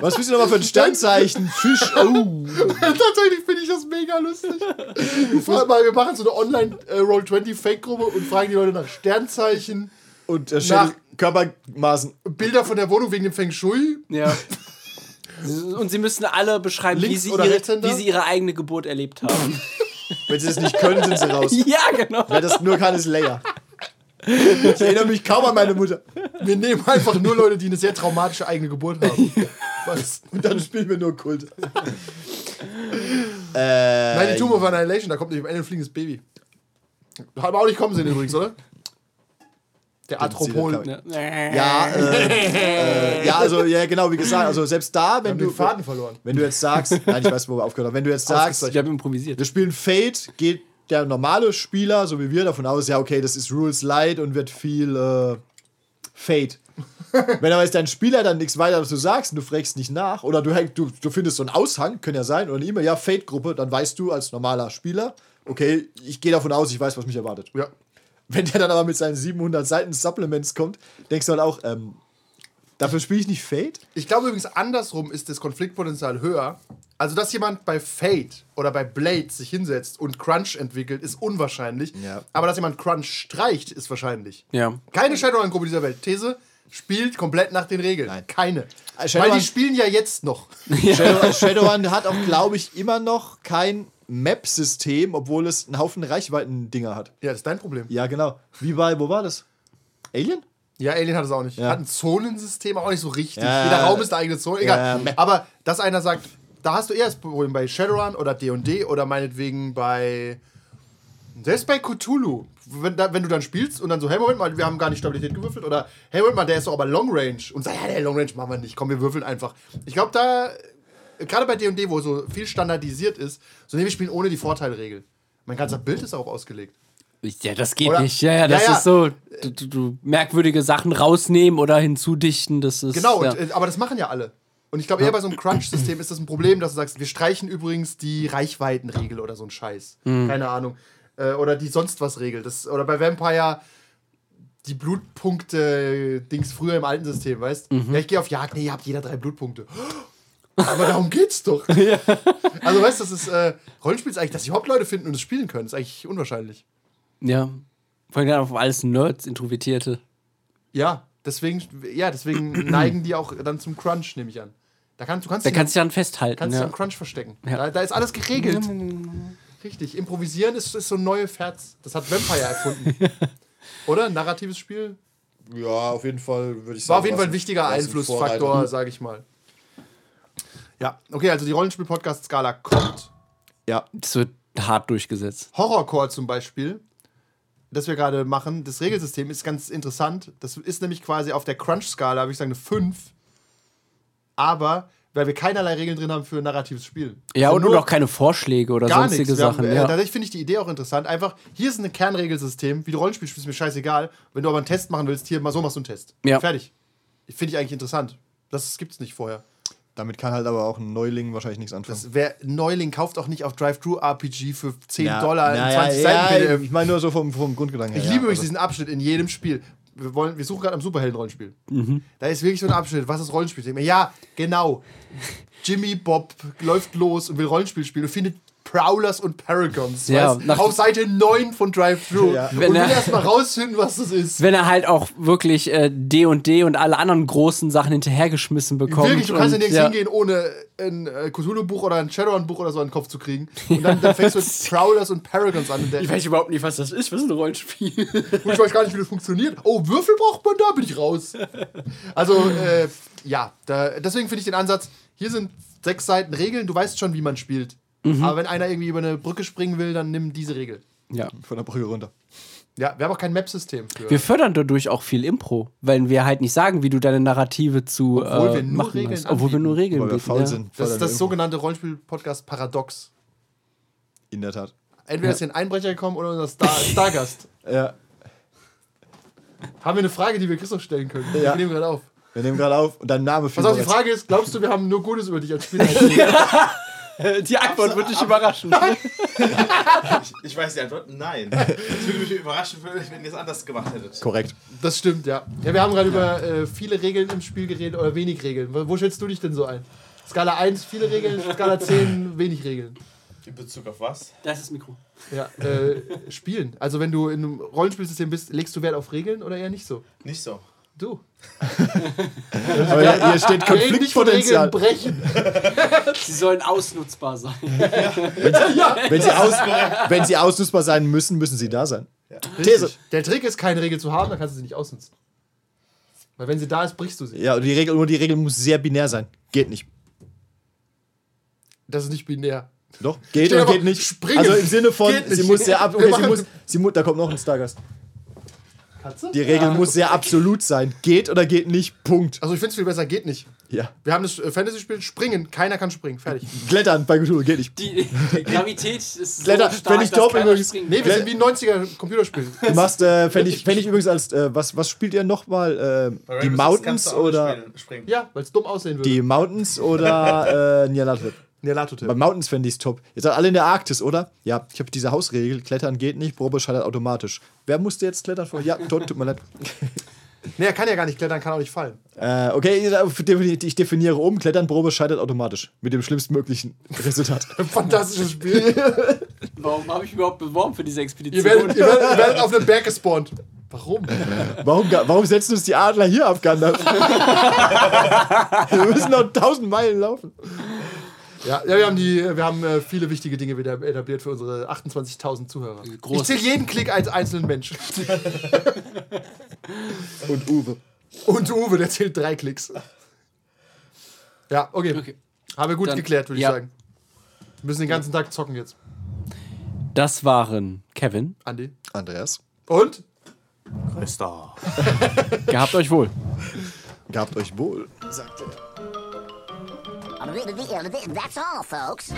S5: Was bist du nochmal für ein Sternzeichen? Fisch. Oh.
S4: Tatsächlich finde ich das mega lustig. Du frag mal, wir machen so eine äh, Online-Roll-20-Fake-Gruppe und fragen die Leute nach Sternzeichen,
S5: Und der Schädel, Körpermaßen.
S4: Bilder von der Wohnung wegen dem Feng Shui.
S3: Ja. Und sie müssen alle beschreiben, wie
S4: Links-
S3: sie,
S4: oder
S3: ihre,
S4: Rechtshänder?
S3: wie sie ihre eigene Geburt erlebt haben.
S5: Wenn sie das nicht können, sind sie raus.
S3: ja, genau.
S5: Wer das nur kann, ist Leia. Ich erinnere mich kaum an meine Mutter.
S4: Wir nehmen einfach nur Leute, die eine sehr traumatische eigene Geburt haben. Was?
S5: Und dann spielen wir nur Kult.
S4: Nein, die Tomb of Annihilation, da kommt nämlich am Ende ein fliegendes Baby. Haben wir auch nicht kommen sehen übrigens, oder? Der Atropol.
S5: Ja,
S3: Ja.
S5: ja, äh, äh, ja, also ja, genau, wie gesagt, also selbst da, wenn
S4: haben den
S5: du
S4: Faden verloren.
S5: wenn du jetzt sagst, nein, ich weiß, wo wir aufgehört haben, wenn du jetzt sagst,
S3: Ich habe improvisiert.
S5: wir spielen Fate, geht der normale Spieler, so wie wir, davon aus, ja, okay, das ist Rules Light und wird viel äh, Fate. Wenn aber jetzt dein Spieler dann nichts weiter dazu sagst und du fragst nicht nach oder du, häng- du, du findest so einen Aushang, können ja sein, oder eine E-Mail, ja, Fate-Gruppe, dann weißt du als normaler Spieler, okay, ich gehe davon aus, ich weiß, was mich erwartet.
S4: Ja.
S5: Wenn der dann aber mit seinen 700 Seiten Supplements kommt, denkst du halt auch, ähm, dafür spiele ich nicht Fate?
S4: Ich glaube übrigens, andersrum ist das Konfliktpotenzial höher. Also, dass jemand bei Fate oder bei Blade sich hinsetzt und Crunch entwickelt, ist unwahrscheinlich.
S5: Ja.
S4: Aber dass jemand Crunch streicht, ist wahrscheinlich.
S3: Ja.
S4: Keine Shadowrun-Gruppe dieser Welt. These spielt komplett nach den Regeln.
S5: Nein.
S4: Keine.
S5: Äh,
S4: Weil
S5: Shadowrun-
S4: die spielen ja jetzt noch.
S5: Shadow, Shadowrun hat auch, glaube ich, immer noch kein Map-System, obwohl es einen Haufen Reichweiten-Dinger hat.
S4: Ja, das ist dein Problem.
S5: Ja, genau. Wie bei, wo war das? Alien?
S4: Ja, Alien hat es auch nicht.
S5: Ja.
S4: Hat ein Zonensystem auch nicht so richtig.
S5: Ja.
S4: Jeder Raum ist eine eigene Zone. Egal.
S5: Ja.
S4: Aber dass einer sagt, da hast du eher das Problem bei Shadowrun oder D&D oder meinetwegen bei... Selbst bei Cthulhu. Wenn, da, wenn du dann spielst und dann so, hey, Moment mal, wir haben gar nicht Stabilität gewürfelt. Oder, hey, Moment mal, der ist doch aber Long Range. Und sag, ja, der Long Range machen wir nicht. Komm, wir würfeln einfach. Ich glaube, da... äh, Gerade bei D&D, wo so viel standardisiert ist, so nee, wir spielen ohne die Vorteilregel. Mein ganzer Bild ist auch ausgelegt.
S3: Ja, das geht
S4: Oder-
S3: nicht. Ja, ja,
S4: Ja,
S3: das
S4: ja.
S3: ist so. Du, du, du merkwürdige Sachen rausnehmen oder hinzudichten, das ist.
S4: Genau,
S3: ja.
S4: und, äh, aber das machen ja alle. Und ich glaube, eher bei so einem Crunch-System ist das ein Problem, dass du sagst, wir streichen übrigens die Reichweitenregel oder so ein Scheiß.
S3: Mhm.
S4: Keine Ahnung. Äh, oder die sonst was Regel. Das, oder bei Vampire die Blutpunkte-Dings früher im alten System, weißt
S3: Mhm.
S4: Ja, ich gehe auf Jagd, nee, ihr habt jeder drei Blutpunkte. Aber darum geht's doch. Also, weißt du, das ist äh, Rollenspiel ist eigentlich, dass die Hauptleute finden und es spielen können, ist eigentlich unwahrscheinlich.
S3: ja. Vor allem auf alles Nerds, Introvertierte.
S4: Ja, deswegen, ja, deswegen neigen die auch dann zum Crunch, nehme ich an. Da kannst, du kannst
S3: Da
S4: die-
S3: kannst du dich dann festhalten.
S4: Kannst
S3: ja.
S4: du am Crunch verstecken. Da, da ist alles geregelt. Richtig. Improvisieren ist, ist so ein neues Herz. Das hat Vampire erfunden. Oder? Ein narratives Spiel?
S5: Ja, auf jeden Fall würde ich
S4: War auf jeden Fall ein wichtiger Einflussfaktor, sage ich mal. Ja, okay, also die Rollenspiel-Podcast-Skala kommt.
S5: Ja,
S3: das wird hart durchgesetzt.
S4: Horrorcore zum Beispiel, das wir gerade machen, das Regelsystem ist ganz interessant. Das ist nämlich quasi auf der Crunch-Skala, würde ich sagen, eine 5. Aber weil wir keinerlei Regeln drin haben für ein narratives Spiel.
S3: Ja, und,
S4: Also nur
S3: und auch keine Vorschläge oder
S4: gar
S3: sonstige
S4: nichts. Wir
S3: Also Sachen.
S4: Haben, äh,
S3: ja.
S4: Tatsächlich finde ich die Idee auch interessant. Einfach, hier ist ein Kernregelsystem, wie du Rollenspiel spielst, ist mir scheißegal. Wenn du aber einen Test machen willst, hier mal so machst du einen Test.
S3: Ja.
S4: Fertig. Finde ich eigentlich interessant. Das gibt's nicht vorher.
S5: damit kann halt aber auch ein Neuling wahrscheinlich nichts anfangen.
S4: Wer Neuling kauft auch nicht auf Drive-Thru-RPG für 10
S5: Ja,
S4: Dollar in
S5: ja,
S4: 20
S5: ja,
S4: Seiten
S5: ja,
S4: PDF.
S5: Ich meine nur so vom, vom Grundgedanken
S4: Ich
S5: her,
S4: liebe
S5: ja,
S4: übrigens
S5: also,
S4: diesen Abschnitt in jedem Spiel. Wir, wollen, wir suchen gerade am Superhelden-Rollenspiel.
S3: Mhm.
S4: Da ist wirklich so ein Abschnitt. Was ist Rollenspiel? Ich denk mir, Ja, genau. Jimmy Bob läuft los und will Rollenspiel spielen und findet Prowlers und Paragons.
S3: Ja,
S4: weißt?
S3: nach-
S4: Auf Seite 9 von Drive-Thru.
S5: Ja.
S4: Und
S3: Wenn
S4: will
S3: er-
S4: erstmal rausfinden, was das ist.
S3: Wenn er halt auch wirklich äh, D und D und alle anderen großen Sachen hinterhergeschmissen bekommt.
S4: Wirklich, du kannst ja
S3: und,
S4: nirgends hingehen, ohne ein äh, Cthulhu-Buch oder ein Shadowrun-Buch oder so an den Kopf zu kriegen. Und dann, dann fängst du mit Prowlers und Paragons an. Und der,
S3: Ich weiß überhaupt nicht, was das ist. Was ist ein Rollenspiel?
S4: Und ich weiß gar nicht, wie das funktioniert. Oh, Würfel braucht man, da bin ich raus. Also, äh, ja, da, deswegen finde ich den Ansatz, hier sind sechs Seiten Regeln, du weißt schon, wie man spielt. Aber wenn einer irgendwie über eine Brücke springen will, dann nimm diese Regel.
S3: ja.
S5: Von der Brücke runter.
S4: Ja, wir haben auch kein Map-System für.
S3: Wir fördern dadurch auch viel Impro, weil wir halt nicht sagen, wie du deine Narrative zu
S4: Obwohl
S3: äh,
S4: wir nur
S3: machen
S4: Regeln
S3: hast. Obwohl wir nur
S4: anbieten,
S3: Regeln
S5: weil wir
S3: bieten,
S5: faul
S3: ja.
S5: sind.
S4: Das ist das
S5: so
S4: sogenannte Rollenspiel-Podcast Paradox.
S5: In der Tat.
S4: Entweder ist hier ein Einbrecher gekommen oder unser Star Stargast.
S5: Ja,
S4: Haben wir eine Frage, die wir Christoph stellen können?
S5: Ja.
S4: Wir nehmen gerade auf.
S5: wir nehmen gerade auf und dein Name fiel
S4: Pass auf, die
S5: bereits.
S4: Frage ist, glaubst du, wir haben nur Gutes über dich als Spieler erzählt? Äh,
S3: Die Antwort wird dich überraschen.
S6: Ich weiß die Antwort. Nein. Es würde mich überraschen, wenn ihr es anders gemacht hättet.
S5: Korrekt.
S4: Das stimmt, ja. Ja, wir haben gerade über äh, viele Regeln im Spiel geredet oder wenig Regeln. Wo, wo schätzt du dich denn so ein? Skala 1 viele Regeln, Skala 10 wenig Regeln.
S6: In Bezug auf was?
S3: Da ist das Mikro.
S4: Ja, äh, spielen. Also wenn du in einem Rollenspielsystem bist, legst du Wert auf Regeln oder eher nicht so?
S6: Nicht so.
S4: Du.
S5: Aber hier, hier steht
S4: Wir reden nicht von Regeln
S5: Konfliktpotenzial.
S4: brechen.
S3: Sie sollen ausnutzbar sein.
S5: Wenn sie, aus, wenn sie ausnutzbar sein müssen, müssen sie da sein. These.
S4: Der Trick ist, keine Regel zu haben, dann kannst du sie nicht ausnutzen. Weil wenn sie da ist, brichst du sie.
S5: Ja, und die Regel, nur die Regel muss sehr binär sein. Geht nicht.
S4: Das ist nicht binär.
S5: Doch, geht
S4: Steht
S5: oder
S4: aber,
S5: geht nicht.
S4: springen.
S5: Also im Sinne von,
S4: Geht
S5: sie
S4: nicht.
S5: muss sehr ab.
S4: Wir
S5: Okay, sie
S4: machen-
S5: muss, sie mu da kommt noch ein Stargast.
S4: Katze?
S5: Die Regel muss sehr absolut sein. Geht oder geht nicht. Punkt.
S4: Also ich finde es viel besser, geht nicht.
S5: Ja.
S4: Wir haben das äh, Fantasy-Spiel, springen, keiner kann springen, fertig.
S5: Klettern bei Cthulhu geht nicht.
S3: Die, die Gravität ist
S5: Kletter,
S3: so stark,
S5: wenn ich
S3: dass
S5: doppel
S3: keiner
S5: übrigens-
S3: springen
S4: Nee,
S3: kann.
S4: wir sind wie ein 90er-Computerspiel.
S5: Du machst, äh, fände ich, fänd ich übrigens als, äh, was, was spielt ihr nochmal?
S6: Bei
S5: Äh, die
S6: Rainbow Six
S5: Mountains
S6: kannst du auch nicht
S5: oder.
S6: spielen- Springen.
S4: Ja, weil es dumm aussehen würde.
S5: Die Mountains oder äh, Nyarlathotep?
S4: Ne,
S5: Bei Mountains fände ich es top. Ihr seid alle in der Arktis, oder? Ja, ich habe diese Hausregel: Klettern geht nicht, Probe scheitert automatisch. Wer musste jetzt klettern? Vor? Ja, tot, tut mir leid.
S4: Nee, er kann ja gar nicht klettern, kann auch nicht fallen.
S5: Äh, okay, ihr defini- ich definiere um: Klettern, Probe scheitert automatisch. Mit dem schlimmstmöglichen Resultat.
S4: Fantastisches Spiel.
S3: Warum habe ich mich überhaupt beworben für diese Expedition?
S4: ihr, werdet, ihr, werdet, ihr werdet auf einem Berg gespawnt. Warum?
S5: Warum, ga- warum setzen uns die Adler hier ab, Gandalf? Wir müssen noch 1000 Meilen laufen.
S4: Ja, ja wir haben, die, wir haben äh, viele wichtige Dinge wieder etabliert für unsere 28.000 Zuhörer.
S3: Groß.
S4: Ich zähle jeden Klick als einzelnen Mensch.
S5: Und Uwe.
S4: Und Uwe, der zählt drei Klicks. Ja, okay.
S3: Okay.
S4: Haben wir gut
S3: Dann-
S4: geklärt, würde
S3: ja.
S4: ich sagen. Wir müssen den ganzen Tag zocken jetzt.
S3: das waren Kevin.
S4: Andi.
S5: Andreas,
S4: Und?
S3: Gehabt euch wohl.
S5: gabt euch wohl.
S7: That's all, folks.